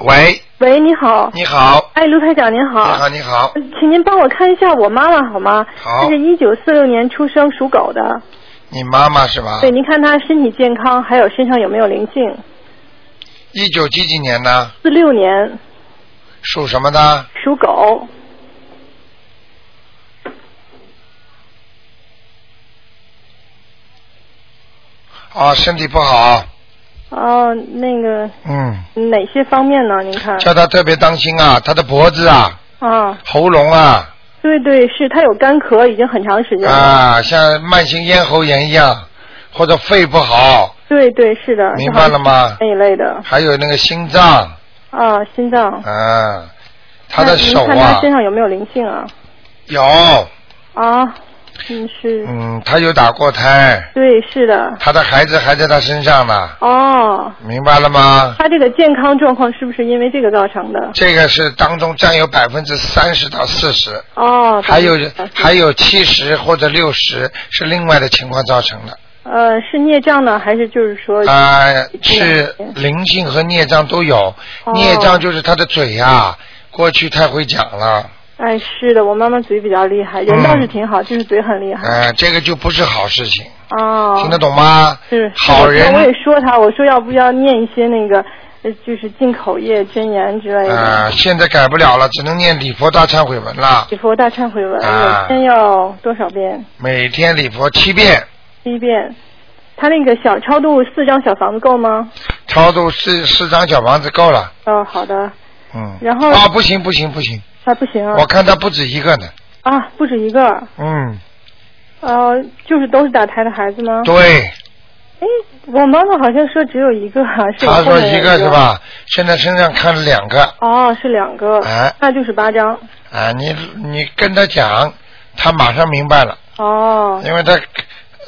Speaker 1: 喂，
Speaker 11: 喂，你好。
Speaker 1: 你好。
Speaker 11: 哎，卢台长您好。
Speaker 1: 你好，你好。
Speaker 11: 请您帮我看一下我妈妈好吗？
Speaker 1: 好
Speaker 11: 她是一九四六年出生，属狗的。
Speaker 1: 你妈妈是吧？
Speaker 11: 对，您看她身体健康，还有身上有没有灵性？
Speaker 1: 一九几几年呢？
Speaker 11: 四六年
Speaker 1: 属什么的？
Speaker 11: 属狗。
Speaker 1: 啊，身体不好，
Speaker 11: 哦，那个
Speaker 1: 嗯，
Speaker 11: 哪些方面呢？您看。
Speaker 1: 叫他特别当心啊，他的脖子啊、
Speaker 11: 啊，
Speaker 1: 喉咙啊
Speaker 11: 对对，是她有干咳，已经很长时间了。
Speaker 1: 啊，像慢性咽喉炎一样，或者肺不好，
Speaker 11: 对对，是的。
Speaker 1: 明白了吗
Speaker 11: 那一类的
Speaker 1: 还有那个心脏，
Speaker 11: 啊，心脏。
Speaker 1: 啊，他的
Speaker 11: 那您
Speaker 1: 手
Speaker 11: 看她
Speaker 1: 啊
Speaker 11: 身上有没有灵性啊？
Speaker 1: 有，
Speaker 11: 啊，嗯是，
Speaker 1: 嗯，他有打过胎，
Speaker 11: 对，是的。
Speaker 1: 他的孩子还在他身上呢，
Speaker 11: 哦，
Speaker 1: 明白了吗？
Speaker 11: 他这个健康状况是不是因为这个造成的？
Speaker 1: 这个是当中占有百分之三十到四十，
Speaker 11: 哦，
Speaker 1: 还有
Speaker 11: 是
Speaker 1: 还有七十或者六十是另外的情况造成的。
Speaker 11: 呃，是孽障呢，还是就是说
Speaker 1: 啊、是灵性和孽障都有。
Speaker 11: 哦嗯
Speaker 1: 孽障就是他的嘴呀、过去太会讲了，
Speaker 11: 哎，是的，我妈妈嘴比较厉
Speaker 1: 嗯
Speaker 11: 害，人倒是挺好，就是嘴很厉害。
Speaker 1: 哎、这个就不是好事情，
Speaker 11: 哦，
Speaker 1: 哎听得懂吗？
Speaker 11: 是是
Speaker 1: 好人
Speaker 11: 我我也说他，我说要不要念一些那个，呃就是进口业真言之类的。
Speaker 1: 啊、现在改不了了，只能念礼佛大忏悔文了，
Speaker 11: 礼佛大忏悔文，
Speaker 1: 啊
Speaker 11: 每天要多少遍？
Speaker 1: 每天礼佛七遍，
Speaker 11: 七遍。他那个小超度四张小房子够吗？
Speaker 1: 超度四四张小房子够了。
Speaker 11: 哦，好的。
Speaker 1: 嗯。
Speaker 11: 然后
Speaker 1: 啊，不行不行不行，
Speaker 11: 啊，不行啊。
Speaker 1: 我看他不止一个呢。
Speaker 11: 啊，不止一个，
Speaker 1: 嗯，
Speaker 11: 呃，就是都是打胎的孩子吗？。
Speaker 1: 对，
Speaker 11: 哎，我妈妈好像说只有一个，啊是我
Speaker 1: 他
Speaker 11: 后
Speaker 1: 说
Speaker 11: 面有
Speaker 1: 一个是？吧？现在身上看了两个。
Speaker 11: 哦，是两个，
Speaker 1: 哎
Speaker 11: 那就是八张。
Speaker 1: 啊，你你跟他讲，他马上明白了，
Speaker 11: 哦
Speaker 1: 因为他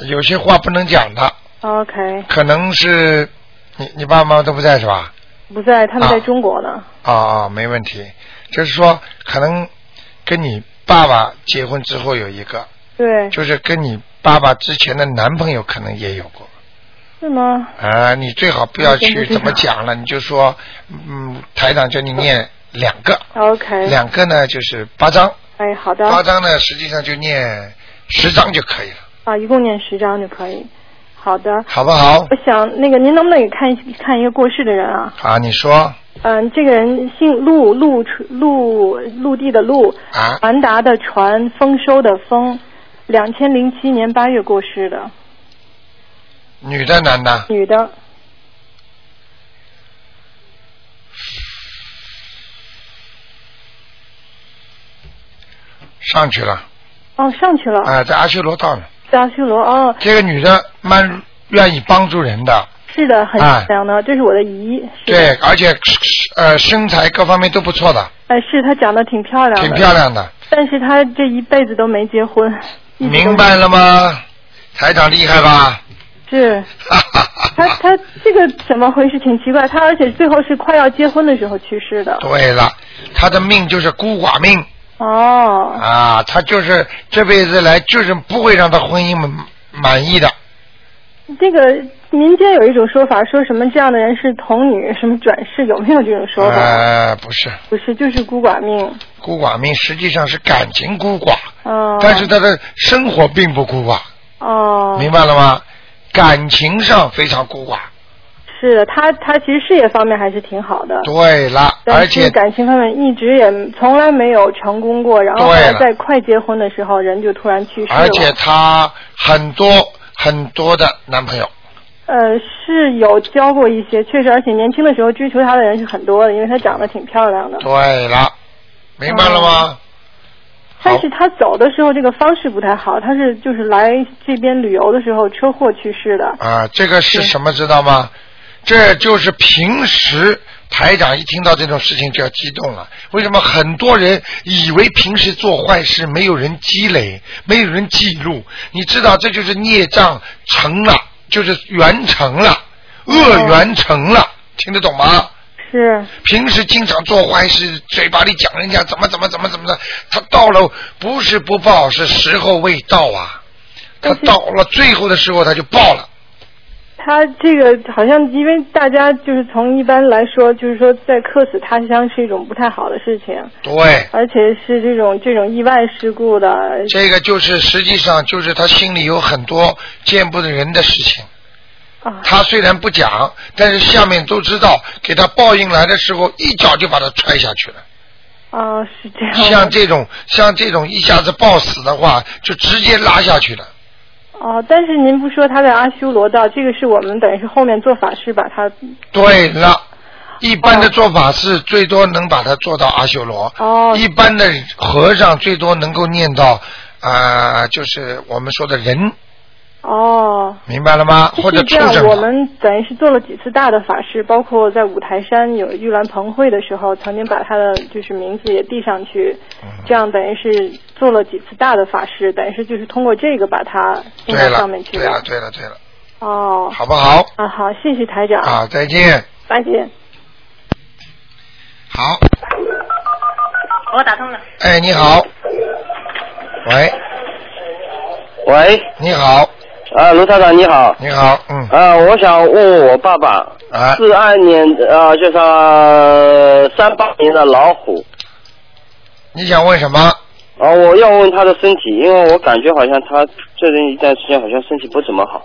Speaker 1: 有些话不能讲的，
Speaker 11: ，OK，
Speaker 1: 可能是你你爸妈都不在是吧？
Speaker 11: 不在，他们
Speaker 1: 啊
Speaker 11: 在中国呢。
Speaker 1: 啊啊，没问题，就是说可能跟你爸爸结婚之后有一个，
Speaker 11: 对，
Speaker 1: 就是跟你爸爸之前的男朋友可能也有过。
Speaker 11: 是吗？
Speaker 1: 啊，你最好不要
Speaker 11: 我真不
Speaker 1: 去
Speaker 11: 知道
Speaker 1: 怎么讲了，你就说，嗯，台长叫你念两个，
Speaker 11: OK，
Speaker 1: 两个呢就是八张，
Speaker 11: 哎，好的，
Speaker 1: 八张呢实际上就念十张就可以了，
Speaker 11: 啊，一共念十张就可以。好的，
Speaker 1: 好不好？
Speaker 11: 我想那个您能不能也看一看一个过世的人啊？
Speaker 1: 啊，你说
Speaker 11: 嗯，这个人姓陆，陆陆陆地的陆，
Speaker 1: 啊
Speaker 11: 传达的传，丰收的丰，两千零七年八月过世的，
Speaker 1: 女的男的？
Speaker 11: 女的，
Speaker 1: 上去了，
Speaker 11: 哦，上去了，
Speaker 1: 啊，在阿修罗道呢。
Speaker 11: 在阿修罗，哦，
Speaker 1: 这个女的蛮愿意帮助人的，
Speaker 11: 是的，很
Speaker 1: 哎
Speaker 11: 善良的，这是我的姨，是
Speaker 1: 对
Speaker 11: 的，，
Speaker 1: 而且呃身材各方面都不错的，
Speaker 11: 哎，是她长得挺漂亮的，
Speaker 1: 挺漂，亮的，
Speaker 11: 但是她这一辈子都没结婚，一直都没
Speaker 1: 明白了吗？台长厉害吧？
Speaker 11: 是，她她这个怎么回事？挺奇怪，她而且最后是快要结婚的时候去世的，
Speaker 1: 对了，她的命就是孤寡命
Speaker 11: 哦，
Speaker 1: 啊，她就是这辈子来就是不会让她婚姻满满意的，
Speaker 11: 这个民间有一种说法，说什么这样的人是童女，什么转世，有没有这种说法？
Speaker 1: 呃， 不是
Speaker 11: 不是，就是孤寡命。
Speaker 1: 孤寡命，实际上是感情孤寡，
Speaker 11: 哦、
Speaker 1: 但是她的生活并不孤寡。
Speaker 11: 哦，
Speaker 1: 明白了吗？感情上非常孤寡。
Speaker 11: 哦是的，他他其实事业方面还是挺好的，
Speaker 1: 对了，而
Speaker 11: 但是
Speaker 1: 且
Speaker 11: 感情方面一直也从来没有成功过。然后后
Speaker 1: 对
Speaker 11: 来
Speaker 1: 了
Speaker 11: 在快结婚的时候，人就突然去世了。
Speaker 1: 而且她很多很多的男朋友，
Speaker 11: 呃，是有交过一些，确实，而且年轻的时候追求她的人是很多的，因为她长得挺漂亮的。
Speaker 1: 对了，明白了
Speaker 11: 哦
Speaker 1: 吗？
Speaker 11: 但是他走的时候这个方式不太好，他是就是来这边旅游的时候车祸去世的。
Speaker 1: 啊，这个是什么知道吗？这就是平时台长一听到这种事情就要激动了。为什么很多人以为平时做坏事没有人积累，没有人记录？你知道这就是孽障成了，就是缘成了，恶缘成了，听得懂吗？
Speaker 11: 是
Speaker 1: 平时经常做坏事，嘴巴里讲人家怎么怎么怎么怎么的，他到了不是不报，是时候未到啊。他到了最后的时候，他就报了。
Speaker 11: 他这个好像，因为大家就是从一般来说，就是说在客死他乡是一种不太好的事情，
Speaker 1: 对，
Speaker 11: 而且是这种这种意外事故的。
Speaker 1: 这个就是实际上就是他心里有很多见不得人的事情。
Speaker 11: 啊
Speaker 1: 他虽然不讲，但是下面都知道，给他报应来的时候，一脚就把他踹下去了。
Speaker 11: 啊，是这样。
Speaker 1: 像这种像这种一下子抱死的话，就直接拉下去了。
Speaker 11: 哦，但是您不说他在阿修罗道，这个是我们等于是后面做法事把他
Speaker 1: 对了，一般的做法是最多能把他做到阿修罗，
Speaker 11: 哦
Speaker 1: 一般的和尚最多能够念到啊、呃就是我们说的人，
Speaker 11: 哦。
Speaker 1: 明白了吗？或者
Speaker 11: 是这
Speaker 1: 畜
Speaker 11: 样，我
Speaker 1: 生。
Speaker 11: 们等于是做了几次大的法事，包括在五台山有玉兰盆会的时候，曾经把他的就是名字也递上去，
Speaker 1: 嗯
Speaker 11: 这样等于是做了几次大的法事，等于是就是通过这个把它
Speaker 1: 对
Speaker 11: 送到
Speaker 1: 了
Speaker 11: 上面，去
Speaker 1: 对了，。对了，对了，
Speaker 11: 哦，
Speaker 1: 好不好？
Speaker 11: 啊，好，谢谢台长。
Speaker 1: 啊，再见。
Speaker 11: 再见。
Speaker 1: 好，
Speaker 12: 哦我打通了。
Speaker 1: 哎，你好。喂，
Speaker 12: 喂，
Speaker 1: 你好。
Speaker 12: 啊，卢台长你好。
Speaker 1: 你好，嗯。
Speaker 12: 啊，我想问问我爸爸，
Speaker 1: 啊
Speaker 12: 四二年啊，就是三八年的老虎。
Speaker 1: 你想问什么？
Speaker 12: 啊，我要问他的身体，因为我感觉好像他最近一段时间好像身体不怎么好。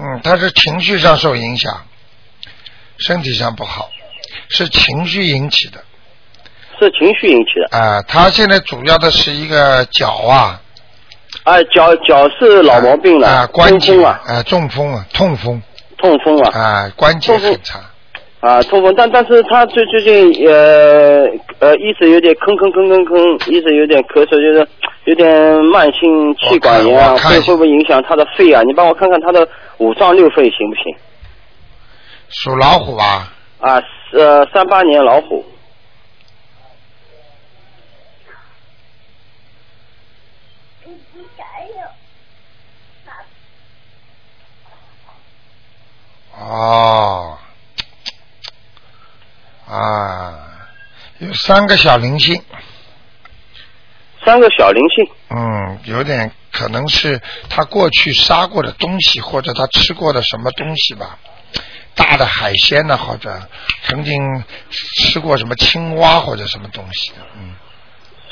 Speaker 1: 嗯，他是情绪上受影响，身体上不好，是情绪引起的。
Speaker 12: 是情绪引起的。
Speaker 1: 啊、他现在主要的是一个脚啊，
Speaker 12: 啊，脚脚是老毛病了，
Speaker 1: 啊关节
Speaker 12: 痛风
Speaker 1: 啊
Speaker 12: 啊，、
Speaker 1: 中风啊，痛风
Speaker 12: 痛风啊，
Speaker 1: 啊、关节很差。
Speaker 12: 啊，痛风，但但是他最最近呃呃一直有点吭吭吭吭吭，一直有点咳嗽，就是有点慢性气管炎啊，
Speaker 1: 我看我看
Speaker 12: 会会不会影响他的肺啊？你帮我看看他的五脏六腑行不行？
Speaker 1: 属老虎啊，
Speaker 12: 啊，呃，三八年老虎，
Speaker 1: 哦，啊，有三个小灵性，
Speaker 12: 三个小灵性，
Speaker 1: 嗯，有点可能是他过去杀过的东西，或者他吃过的什么东西吧，大的海鲜呢、或者曾经吃过什么青蛙或者什么东西的，嗯，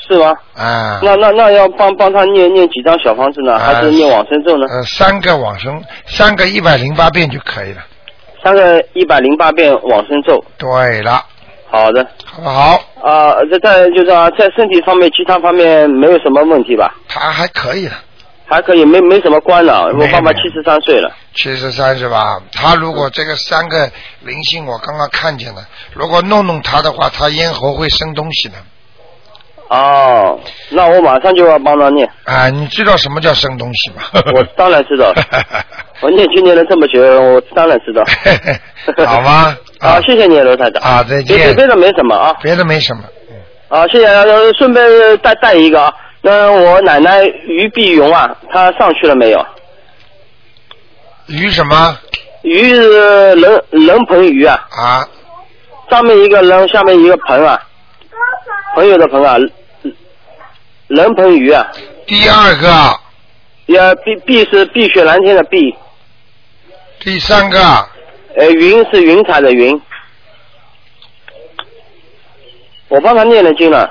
Speaker 12: 是吗？
Speaker 1: 啊，
Speaker 12: 那那那要帮帮他念念几张小房子呢？还是念往生咒呢？
Speaker 1: 呃，三个往生，三个一百零八遍就可以了。
Speaker 12: 三个一百零八遍往生咒。
Speaker 1: 对了，
Speaker 12: 好的，
Speaker 1: 好不好？
Speaker 12: 啊、在在就是啊，在身体方面，其他方面没有什么问题吧？
Speaker 1: 他还可以了，
Speaker 12: 还可以，没没什么关了。
Speaker 1: 没
Speaker 12: 我
Speaker 1: 有
Speaker 12: 爸爸
Speaker 1: 没
Speaker 12: 七十三岁了，
Speaker 1: 七十三是吧？他如果这个三个灵性，我刚刚看见了，如果弄弄他的话，他咽喉会生东西的。
Speaker 12: 哦，那我马上就要帮他念。
Speaker 1: 啊，你知道什么叫生东西吗？
Speaker 12: 我当然 知道，我念经念了这么久，我当然知道。
Speaker 1: 好吗？
Speaker 12: 好，谢谢你，罗台长。
Speaker 1: 啊，再见
Speaker 12: 别别别的没什么啊。
Speaker 1: 别的没什么。
Speaker 12: 啊，谢谢。呃顺便带带一个啊，那我奶奶于碧荣啊，她上去了没有？
Speaker 1: 鱼什么？
Speaker 12: 于是人人盆鱼啊，
Speaker 1: 啊，
Speaker 12: 上面一个人，下面一个盆啊，朋友的盆啊，人盆鱼啊。
Speaker 1: 第二个，
Speaker 12: 也碧碧是碧血蓝天的碧。
Speaker 1: 第三个，
Speaker 12: 呃，云是云彩的云。我帮他念了经了，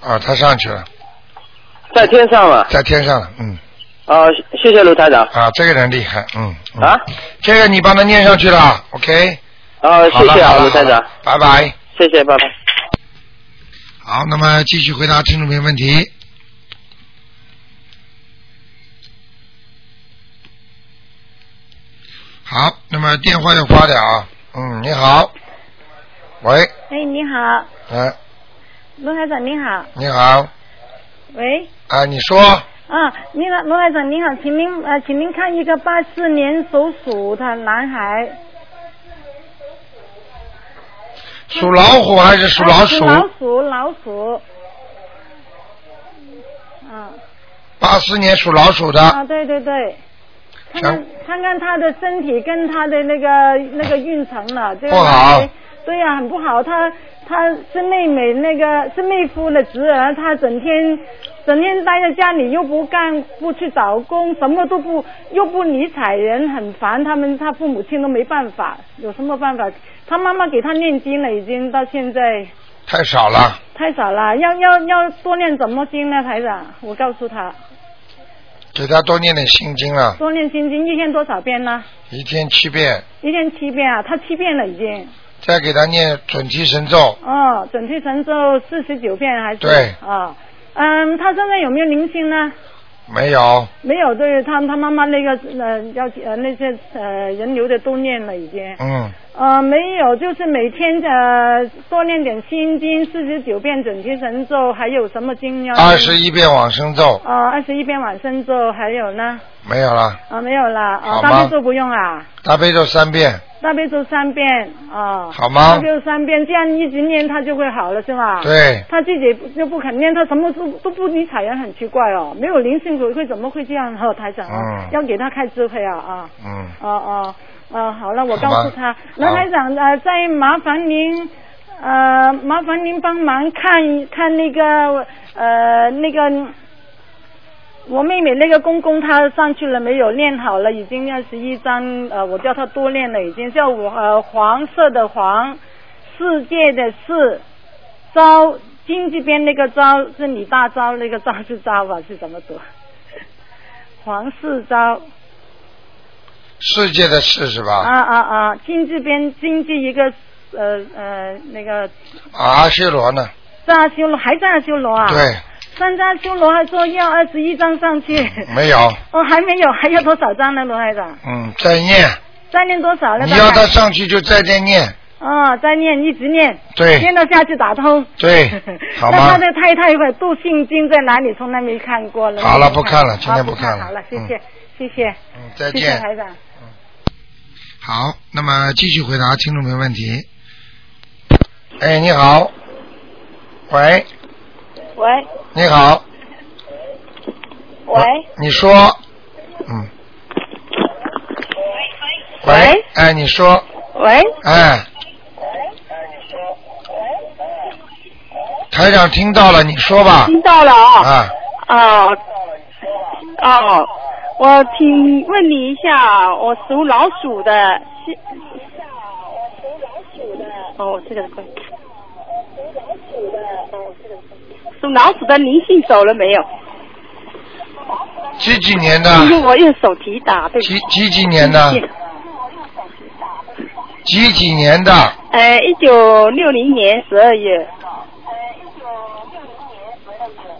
Speaker 1: 啊，他上去了，
Speaker 12: 在天上了。
Speaker 1: 在天上了，嗯，
Speaker 12: 啊、谢谢卢台长。
Speaker 1: 啊，这个人厉害，嗯，嗯
Speaker 12: 啊，
Speaker 1: 这个你帮他念上去了，OK，
Speaker 12: 啊、
Speaker 1: 好
Speaker 12: 谢
Speaker 1: 了
Speaker 12: 谢
Speaker 1: 好
Speaker 12: 啊，
Speaker 1: 了
Speaker 12: 卢台
Speaker 1: 好
Speaker 12: 长
Speaker 1: 了，拜拜。
Speaker 12: 谢谢，拜拜。
Speaker 1: 好，那么继续回答听众朋友问题。好，那么电话要挂掉啊。嗯，你好，喂，
Speaker 13: 哎，你好，
Speaker 1: 嗯、
Speaker 13: 卢台长你好，
Speaker 1: 你好，
Speaker 13: 喂，
Speaker 1: 啊，你说
Speaker 13: 啊，你好，卢台长你好，请您呃，请您看一个八四年属鼠的男孩，
Speaker 1: 属老虎还是属老
Speaker 13: 啊
Speaker 1: 鼠？
Speaker 13: 老鼠，老鼠，嗯、
Speaker 1: 八四年属老鼠的，
Speaker 13: 啊，对对对。看
Speaker 1: 想
Speaker 13: 看看看他的身体跟他的那个那个运程了，这个
Speaker 1: 不好
Speaker 13: 男的。对呀、很不好。他他是妹妹那个是妹夫的侄儿，他整天整天待在家里，又不干，不去找工，什么都不，又不理睬人，很烦。他们他父母亲都没办法，有什么办法？他妈妈给他念经了，已经到现在
Speaker 1: 太少了，
Speaker 13: 太少了，要要要多念怎么经呢，台长？我告诉他，
Speaker 1: 给他多念点心经了，
Speaker 13: 多念心经，一天多少遍呢？
Speaker 1: 一天七遍，
Speaker 13: 一天七遍啊，他七遍了已经。
Speaker 1: 再给他念准提神咒，
Speaker 13: 哦，准提神咒四十九遍还是？
Speaker 1: 对
Speaker 13: 哦，嗯，他现在有没有灵性呢？
Speaker 1: 没有，
Speaker 13: 没有，对他他妈妈那个呃要呃那些呃人流的都念了已经。
Speaker 1: 嗯，
Speaker 13: 呃，没有，就是每天呃多念点心经四十九遍准提神咒，还有什么经要念？
Speaker 1: 二十一遍往生咒
Speaker 13: 哦，二十一遍往生咒，还有呢？
Speaker 1: 没有了，
Speaker 13: 啊、没有啦。啊、
Speaker 1: 好吗
Speaker 13: 大悲咒不用啊。
Speaker 1: 大悲咒三遍，
Speaker 13: 大悲咒三遍啊，
Speaker 1: 好吗
Speaker 13: 大悲咒三遍，这样一直念他就会好了，是吧？
Speaker 1: 对
Speaker 13: 他自己就不肯念，他什么都都不理睬人，很奇怪哦。没有灵性回馈怎么会这样？哈、台长啊，
Speaker 1: 嗯
Speaker 13: 要给他开智慧啊啊！
Speaker 1: 嗯，
Speaker 13: 哦哦哦，好了，我
Speaker 1: 好
Speaker 13: 告
Speaker 1: 吧
Speaker 13: 诉他，那台长呃，再麻烦您。呃，麻烦您帮忙看一看那个呃那个我妹妹那个公公他上去了没有？练好了，已经二十一章，呃，我叫他多练了，已经叫我呃黄色的黄，世界的世，招金这边那个招是李大钊那个钊是钊吧？是怎么读？黄世钊
Speaker 1: 世界的事是
Speaker 13: 啊
Speaker 1: 吧？
Speaker 13: 啊啊！金这边经济一个呃呃那个
Speaker 1: 阿修罗呢？
Speaker 13: 在阿修罗还在阿修罗啊？
Speaker 1: 对，
Speaker 13: 三阿修罗还说要二十一章上去，
Speaker 1: 没有，
Speaker 13: 哦还没有，还有多少章呢，罗台长？
Speaker 1: 嗯，再念，
Speaker 13: 再念多少呢？
Speaker 1: 你
Speaker 13: 大
Speaker 1: 要
Speaker 13: 概
Speaker 1: 他上去就再再念，
Speaker 13: 啊、再念一直念，
Speaker 1: 对
Speaker 13: 念到下去打通。
Speaker 1: 对，好
Speaker 13: 那他
Speaker 1: 吗？
Speaker 13: 的太太和杜信经在哪里？从来没看过了。
Speaker 1: 好了
Speaker 13: 没
Speaker 1: 不看了今天
Speaker 13: 啊
Speaker 1: 不
Speaker 13: 不
Speaker 1: 看了
Speaker 13: 好了，谢
Speaker 1: 嗯
Speaker 13: 谢，谢谢，
Speaker 1: 嗯，再
Speaker 13: 谢谢
Speaker 1: 见。
Speaker 13: 台长。
Speaker 1: 好，那么继续回答听众朋友问题。哎，你好，喂，
Speaker 14: 喂
Speaker 1: 你好，
Speaker 14: 喂，
Speaker 1: 你说，嗯，喂，哎，你说，
Speaker 14: 喂，
Speaker 1: 哎，台长听到了，你说吧，
Speaker 14: 听到了啊
Speaker 1: 啊，
Speaker 14: 啊哦，我请问你一下，我属老鼠的，是哦，这个对，
Speaker 7: 哦
Speaker 14: 属老鼠的灵性走了没有？
Speaker 1: 几几年的？
Speaker 14: 因为我用手提打，对不起。
Speaker 1: 几几年的？几几年的？
Speaker 14: 呃，一九六零年十二月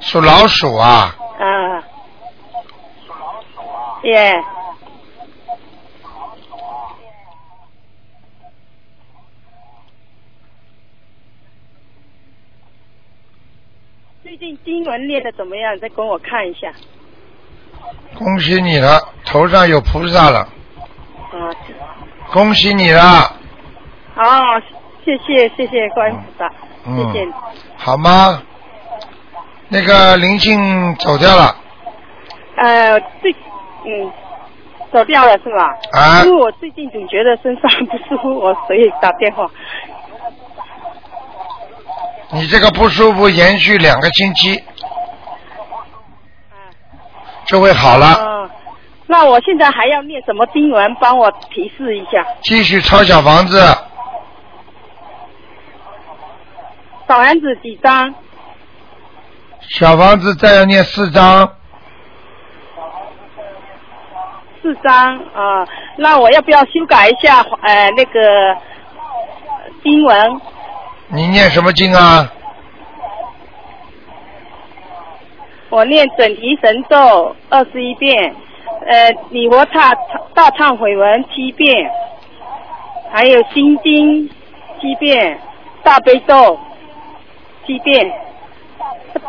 Speaker 1: 属老鼠啊，
Speaker 14: 啊，耶、最近经文念的怎么样？再跟我看一下。
Speaker 1: 恭喜你了，头上有菩萨了，
Speaker 14: 啊，
Speaker 1: 恭喜你了，
Speaker 14: 好、哦谢谢谢谢观世菩萨，谢
Speaker 1: 嗯，
Speaker 14: 谢你。
Speaker 1: 好吗？那个灵性走掉了，
Speaker 14: 呃，最嗯，走掉了是吧？
Speaker 1: 啊
Speaker 14: 因为我最近总觉得身上不舒服，我所以打电话。
Speaker 1: 你这个不舒服延续两个星期，就会好了。
Speaker 14: 嗯、那我现在还要念什么经文？帮我提示一下。
Speaker 1: 继续抄小房子，
Speaker 14: 小丸子几张？
Speaker 1: 小房子再要念四章，
Speaker 14: 四张啊、那我要不要修改一下？呃，那个经文
Speaker 1: 你念什么经啊？
Speaker 14: 我念准提神咒二十一遍，呃，礼佛大大忏悔文七遍，还有心经七遍，大悲咒七遍。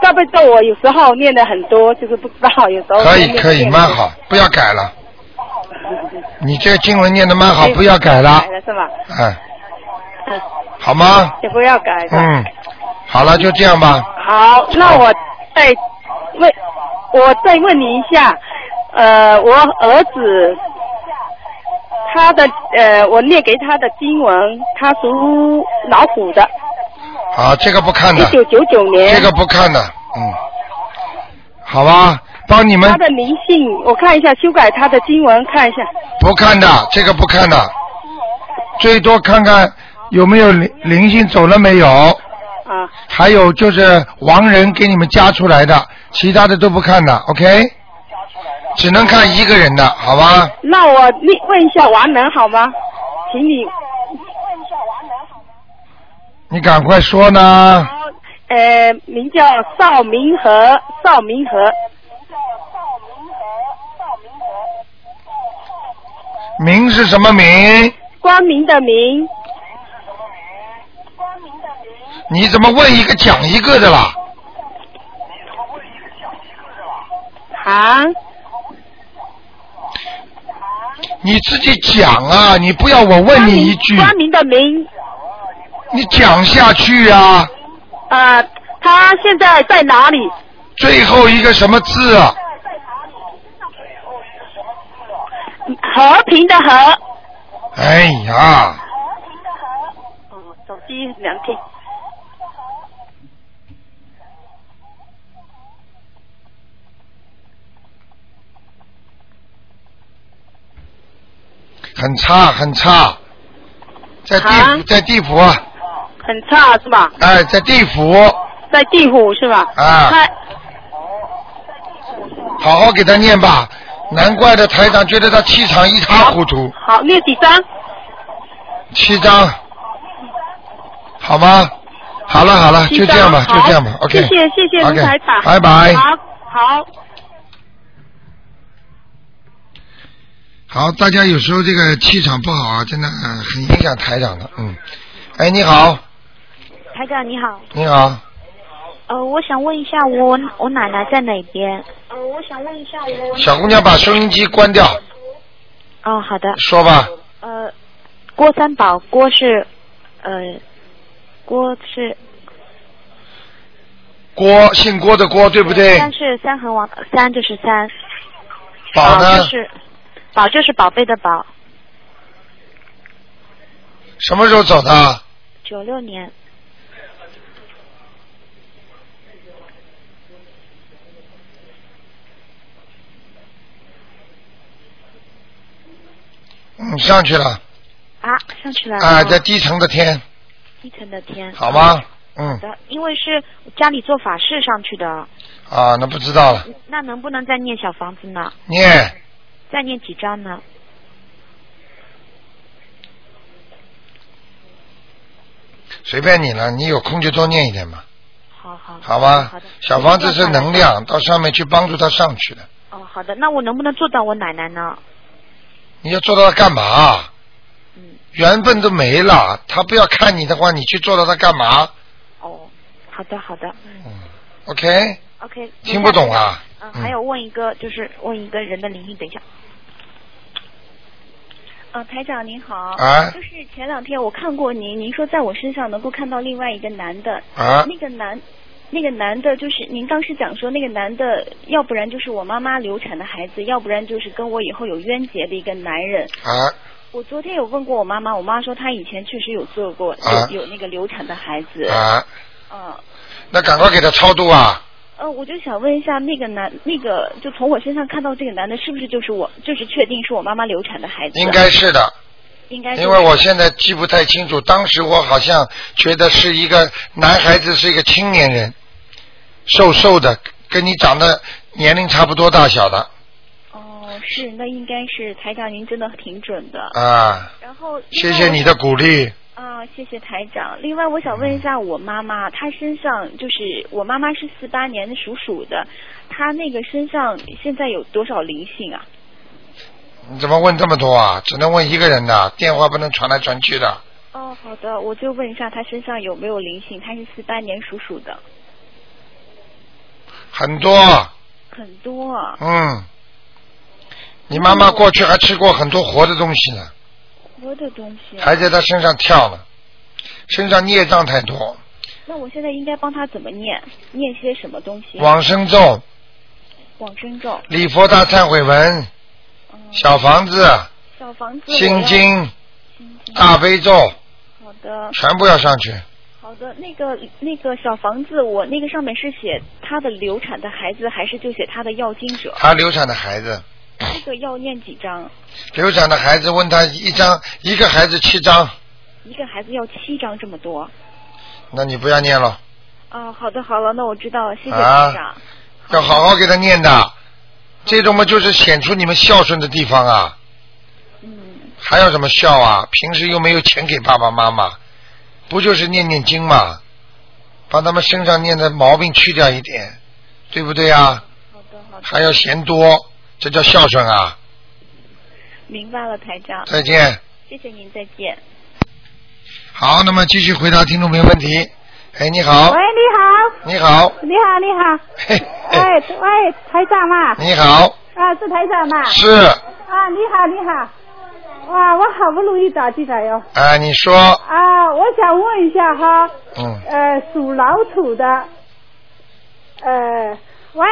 Speaker 14: 大悲咒我有时候念的很多，就是不知道，有时候
Speaker 1: 可
Speaker 14: 念
Speaker 1: 以
Speaker 14: 念
Speaker 1: 可以，
Speaker 14: 念
Speaker 1: 蛮好，不要改了。你这个经文念的蛮好，不要改了
Speaker 14: 改，了是吧？
Speaker 1: 哎，
Speaker 14: 嗯，
Speaker 1: 好吗？
Speaker 14: 也不要
Speaker 1: 嗯
Speaker 14: 改。是吧
Speaker 1: 嗯，好了，就这样吧。
Speaker 14: 好，那我再问我再问你一下，呃，我儿子他的呃，我念给他的经文，他属老虎的，
Speaker 1: 好，这个不看
Speaker 14: 一
Speaker 1: 的，
Speaker 14: 九九九年。
Speaker 1: 这个不看的，嗯，好吧，帮你们
Speaker 14: 他的灵性，我看一下修改他的经文，看一下。
Speaker 1: 不看的，这个不看的，最多看看有没有灵灵性走了没有。
Speaker 14: 啊。
Speaker 1: 还有就是亡人给你们加出来的，其他的都不看的，OK？只能看一个人的，好吧？
Speaker 14: 那我你问一下王能好吗？请你
Speaker 1: 你赶快说呢。
Speaker 14: 呃，名叫邵明和，邵明和，
Speaker 1: 名是什么名？
Speaker 14: 光明的明。
Speaker 1: 你怎么问一个讲一个的啦？
Speaker 14: 啊，
Speaker 1: 你自己讲啊，你不要我问你一句，
Speaker 14: 光明的明。
Speaker 1: 你讲下去啊。
Speaker 14: 啊、他现在在哪里？
Speaker 1: 最后一个什么字啊？
Speaker 14: 和平的和。
Speaker 1: 哎呀，
Speaker 14: 手机凉听。
Speaker 1: 很差很差，在地、
Speaker 14: 啊
Speaker 1: 在地府啊，
Speaker 14: 很差是吧？
Speaker 1: 哎，在地府，
Speaker 14: 在地府是吧？
Speaker 1: 啊
Speaker 14: 他
Speaker 1: 好好给他念吧。难怪的台长觉得他气场一塌糊涂，
Speaker 14: 好念几张？
Speaker 1: 七张，好吗？好了好了，
Speaker 14: 七
Speaker 1: 就这样吧，就
Speaker 14: 张好
Speaker 1: 这样吧，OK。
Speaker 14: 谢谢谢谢
Speaker 1: o
Speaker 14: 卢
Speaker 1: k
Speaker 14: 台长，
Speaker 1: 拜拜。
Speaker 14: 好，好。
Speaker 1: 好，大家有时候这个气场不好啊，真的、呃很影响台长的。嗯，哎，你好，
Speaker 15: 台长你好，
Speaker 1: 你好，
Speaker 15: 呃，我想问一下我我奶奶在哪边？呃，我想问一下我
Speaker 1: 小姑娘把收音机关掉，
Speaker 15: 哦，好的。
Speaker 1: 说吧。
Speaker 15: 呃，郭三宝，郭是呃，郭是
Speaker 1: 郭姓郭的郭，对不对？
Speaker 15: 三是三横王，三就是三，
Speaker 1: 宝
Speaker 15: 就
Speaker 1: 呢？
Speaker 15: 是宝就是宝贝的宝，
Speaker 1: 什么时候走的？
Speaker 15: 九六年。
Speaker 1: 嗯，上去了
Speaker 15: 啊，上去
Speaker 14: 嗯
Speaker 15: 了。
Speaker 1: 啊，
Speaker 15: 哦
Speaker 1: 在低层的天，
Speaker 15: 低层的天。啊
Speaker 1: 好吗？
Speaker 15: 好
Speaker 1: 嗯，
Speaker 15: 的，因为是家里做法事上去的，
Speaker 1: 啊，那不知道了，
Speaker 15: 那能不能再念小房子呢？
Speaker 1: 念
Speaker 15: 再念几张呢？
Speaker 1: 随便你了，你有空就多念一点嘛，
Speaker 15: 好哦好。
Speaker 1: 好吧？
Speaker 15: 好的。
Speaker 1: 小房子是能量，到上面去帮助它上去的。
Speaker 15: 哦，好的，那我能不能做到我奶奶呢？
Speaker 1: 你要做到它干嘛？
Speaker 15: 嗯
Speaker 1: 缘分都没了，他不要看你的话，你去做到它干嘛
Speaker 15: 哦，好的，好的。
Speaker 16: 嗯
Speaker 1: ？OK？
Speaker 15: OK。
Speaker 1: 听不懂啊？
Speaker 15: 嗯，
Speaker 1: 嗯
Speaker 15: 还有问一个，就是问一个人的灵异，等一下。
Speaker 16: 呃，台长您好，
Speaker 1: 啊
Speaker 16: 就是前两天我看过您，您说在我身上能够看到另外一个男的，
Speaker 1: 啊
Speaker 16: 那个男，那个男的，就是您当时讲说那个男的，要不然就是我妈妈流产的孩子，要不然就是跟我以后有冤结的一个男人。
Speaker 1: 啊
Speaker 16: 我昨天有问过我妈妈，我妈说她以前确实有做过，
Speaker 1: 啊
Speaker 16: 有有那个流产的孩子。
Speaker 1: 啊！
Speaker 16: 嗯、
Speaker 1: 那赶快给他超度啊！
Speaker 16: 呃，我就想问一下，那个男，那个就从我身上看到这个男的，是不是就是我，就是确定是我妈妈流产的孩子？
Speaker 1: 应该是的，
Speaker 16: 应该是
Speaker 1: 因为我现在记不太清楚，当时我好像觉得是一个男孩子，是一个青年人，瘦瘦的，跟你长得年龄差不多大小的
Speaker 16: 哦，是，那应该是台长，您真的挺准的。
Speaker 1: 啊。
Speaker 16: 然后，
Speaker 1: 谢谢你的鼓励。
Speaker 16: 啊，谢谢台长。另外，我想问一下我妈妈，她身上就是我妈妈是四八年属鼠的，她那个身上现在有多少灵性啊？
Speaker 1: 你怎么问这么多啊？只能问一个人的，电话不能传来传去的。
Speaker 16: 哦，好的，我就问一下她身上有没有灵性，她是四八年属鼠的，
Speaker 1: 很多，
Speaker 16: 很多啊。
Speaker 1: 嗯。你妈妈过去还吃过很多活的东西呢，
Speaker 16: 活的东西、啊。
Speaker 1: 还在她身上跳呢，身上孽障太多，
Speaker 16: 那我现在应该帮她怎么念？念些什么东西？啊
Speaker 1: 往生咒，
Speaker 16: 往生咒、
Speaker 1: 礼佛大忏悔文、小房子、
Speaker 16: 小房子、嗯
Speaker 1: 心经、大悲咒，
Speaker 16: 好的，
Speaker 1: 全部要上去。
Speaker 16: 好的，那个那个小房子，我那个上面是写她的流产的孩子，还是就写她的要经者？
Speaker 1: 她流产的孩子，
Speaker 16: 这个要念几张？
Speaker 1: 流产的孩子问他一张，一个孩子七张，
Speaker 16: 一个孩子要七张这么多。
Speaker 1: 那你不要念了
Speaker 16: 啊，好的好了，那我知道了，谢谢台长。
Speaker 1: 啊，要好好给他念的。这种嘛，就是显出你们孝顺的地方啊。嗯。还要什么孝啊？平时又没有钱给爸爸妈妈，不就是念念经嘛，把他们身上念的毛病去掉一点，对不对啊？还要嫌多，这叫孝顺啊！
Speaker 16: 明白了，台长。
Speaker 1: 再见。
Speaker 16: 谢谢您，再见。
Speaker 1: 好，那么继续回答听众朋友问题。哎，你好
Speaker 7: 喂，，你好。
Speaker 1: 你好
Speaker 7: 你好，你好。哎，喂，台长嘛。
Speaker 1: 你好。
Speaker 7: 啊，是台长嘛？
Speaker 1: 是
Speaker 7: 啊，你好，你好。哇，我好不容易打进来哟。哦
Speaker 1: 啊，你说，
Speaker 7: 啊，我想问一下哈，
Speaker 1: 嗯，
Speaker 7: 呃，属老鼠的，呃，喂。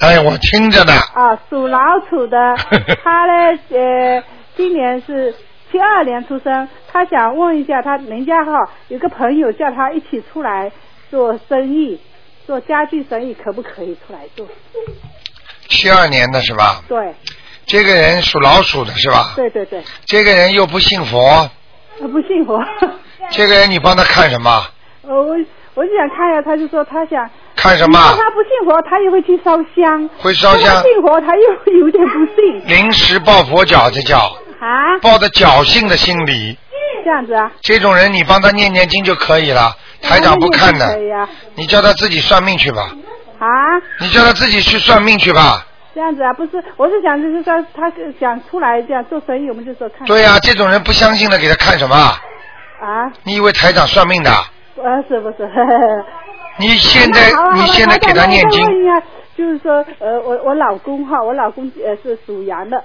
Speaker 1: 哎，我听 着呢，
Speaker 7: 啊，属老鼠 的，他呢，呃，今年是七二年出生，他想问一下他，人家哈有个朋友叫他一起出来做生意，做家具生意，可不可以出来做？
Speaker 1: 七二年的是吧？
Speaker 7: 对，
Speaker 1: 这个人属老鼠的是吧？
Speaker 7: 对对对，
Speaker 1: 这个人又不信佛，
Speaker 7: 我不信佛，
Speaker 1: 这个人你帮他看什么？
Speaker 7: 我我我就想看一下，他就说他想
Speaker 1: 看什么
Speaker 7: 你说他不信佛，他也会去烧香，
Speaker 1: 会烧香
Speaker 7: 说他信佛，他又有点不信
Speaker 1: 临时抱佛脚，这叫
Speaker 7: 啊，
Speaker 1: 抱着侥幸的心理。
Speaker 7: 这样子啊，
Speaker 1: 这种人你帮他念念经就可以了，台长不看
Speaker 7: 可
Speaker 1: 的，
Speaker 7: 以啊，
Speaker 1: 你叫他自己算命去吧，
Speaker 7: 啊。
Speaker 1: 你叫他自己去算命去吧。
Speaker 7: 这样子啊，不是，我是想就是说，他是想出来这样做生意，我们就说看。
Speaker 1: 对呀、这种人不相信的，给他看什么？
Speaker 7: 啊，
Speaker 1: 你以为台长算命的？
Speaker 7: 呃，是不是？呵呵
Speaker 1: 你 现在
Speaker 7: 那好啊
Speaker 1: 你
Speaker 7: 好啊
Speaker 1: 现在
Speaker 7: 台
Speaker 1: 给他
Speaker 7: 长
Speaker 1: 念经
Speaker 7: 那我再问一下，就是说，呃，我我老公哈，我老公呃是属羊的，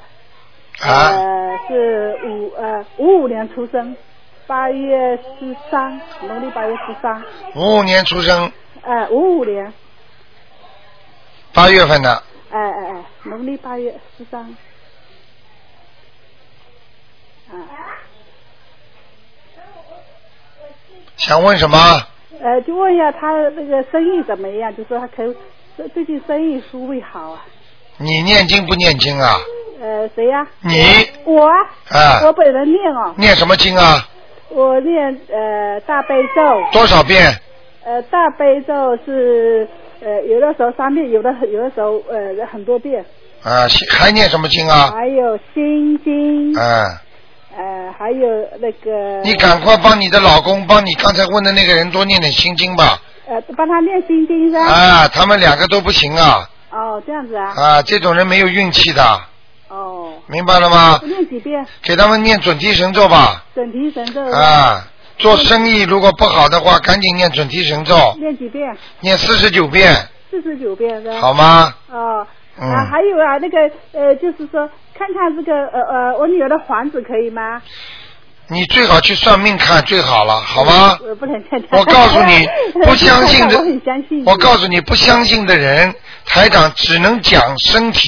Speaker 1: 啊，
Speaker 7: 呃是五呃五五年出生，八月十三，农历八月十三，
Speaker 1: 五五年出生，
Speaker 7: 呃五五年，
Speaker 1: 八月份的，
Speaker 7: 哎哎哎，农历八月十三，啊，
Speaker 1: 想问什么？
Speaker 7: 呃，就问一下他那个生意怎么样，就说他可以最最近生意是不是好啊？
Speaker 1: 你念经不念经啊？
Speaker 7: 呃，谁呀、
Speaker 1: 你
Speaker 7: 我啊，
Speaker 1: 啊
Speaker 7: 我本人念哦，
Speaker 1: 念什么经啊？
Speaker 7: 我念呃大悲咒。
Speaker 1: 多少遍？
Speaker 7: 呃，大悲咒是呃有的时候三遍，有的有的时候呃很多遍。
Speaker 1: 啊，还念什么经啊？
Speaker 7: 还有心经，
Speaker 1: 啊，
Speaker 7: 呃，还有那个。
Speaker 1: 你赶快帮你的老公，帮你刚才问的那个人多念点心经吧。
Speaker 7: 呃，帮他念心经是吧？
Speaker 1: 啊，他们两个都不行啊！
Speaker 7: 哦，这样子啊。
Speaker 1: 啊，这种人没有运气的，
Speaker 7: 哦。
Speaker 1: 明白了吗
Speaker 7: 我？念几遍？
Speaker 1: 给他们念准提神咒吧。
Speaker 7: 准提神咒。。
Speaker 1: 啊，做生意如果不好的话，赶紧念准提神咒，
Speaker 7: 念几遍？
Speaker 1: 念四十九遍。
Speaker 7: 四十九遍是吧？
Speaker 1: 好吗？
Speaker 7: 哦。
Speaker 1: 嗯
Speaker 7: 啊，还有啊，那个呃，就是说，看看这个呃呃，我女儿的房子可以吗？
Speaker 1: 你最好去算命看最好了，好吗？
Speaker 7: 我呃不能看。
Speaker 1: 我告诉你不相信的
Speaker 7: 我很相信你。
Speaker 1: 我告诉你，不相信的人，台长只能讲身体，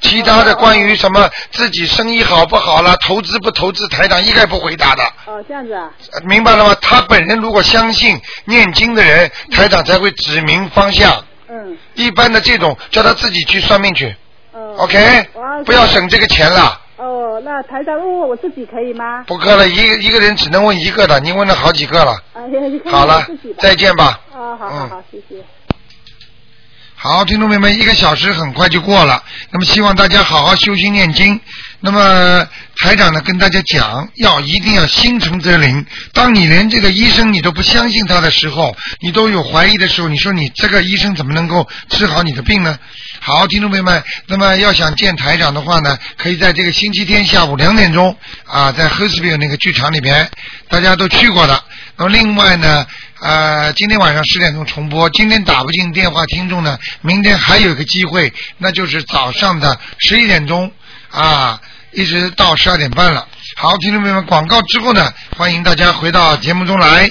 Speaker 1: 其他的关于什么自己生意好不好啦、投资不投资，台长一概不回答的，
Speaker 7: 哦，这样子啊。
Speaker 1: 呃明白了吗？他本人如果相信念经的人，台长才会指明方向。
Speaker 7: 嗯。
Speaker 1: 一般的这种，叫他自己去算命去。OK，
Speaker 7: 哇
Speaker 1: 不要省这个钱了，
Speaker 7: 哦，那台长问问我自己可以吗？
Speaker 1: 不够了，一个一个人只能问一个的，你问了好几个了。
Speaker 7: 哎呀，你看
Speaker 1: 好了
Speaker 7: 我自己吧
Speaker 1: 再见吧。嗯
Speaker 7: 哦，好好好，谢谢。
Speaker 1: 好，听众朋友们，一个小时很快就过了，那么希望大家好好修心念经。那么台长呢，跟大家讲，要一定要心诚则灵。当你连这个医生你都不相信他的时候，你都有怀疑的时候，你说你这个医生怎么能够治好你的病呢？好，听众朋友们，那么要想见台长的话呢，可以在这个星期天下午两点钟啊，在 h e r s v i l 那个剧场里边，大家都去过的。那么另外呢，呃，今天晚上十点钟重播。今天打不进电话听众呢，明天还有一个机会，那就是早上的十一点钟啊，一直到十二点半了。好，听众朋友们，广告之后呢，欢迎大家回到节目中来。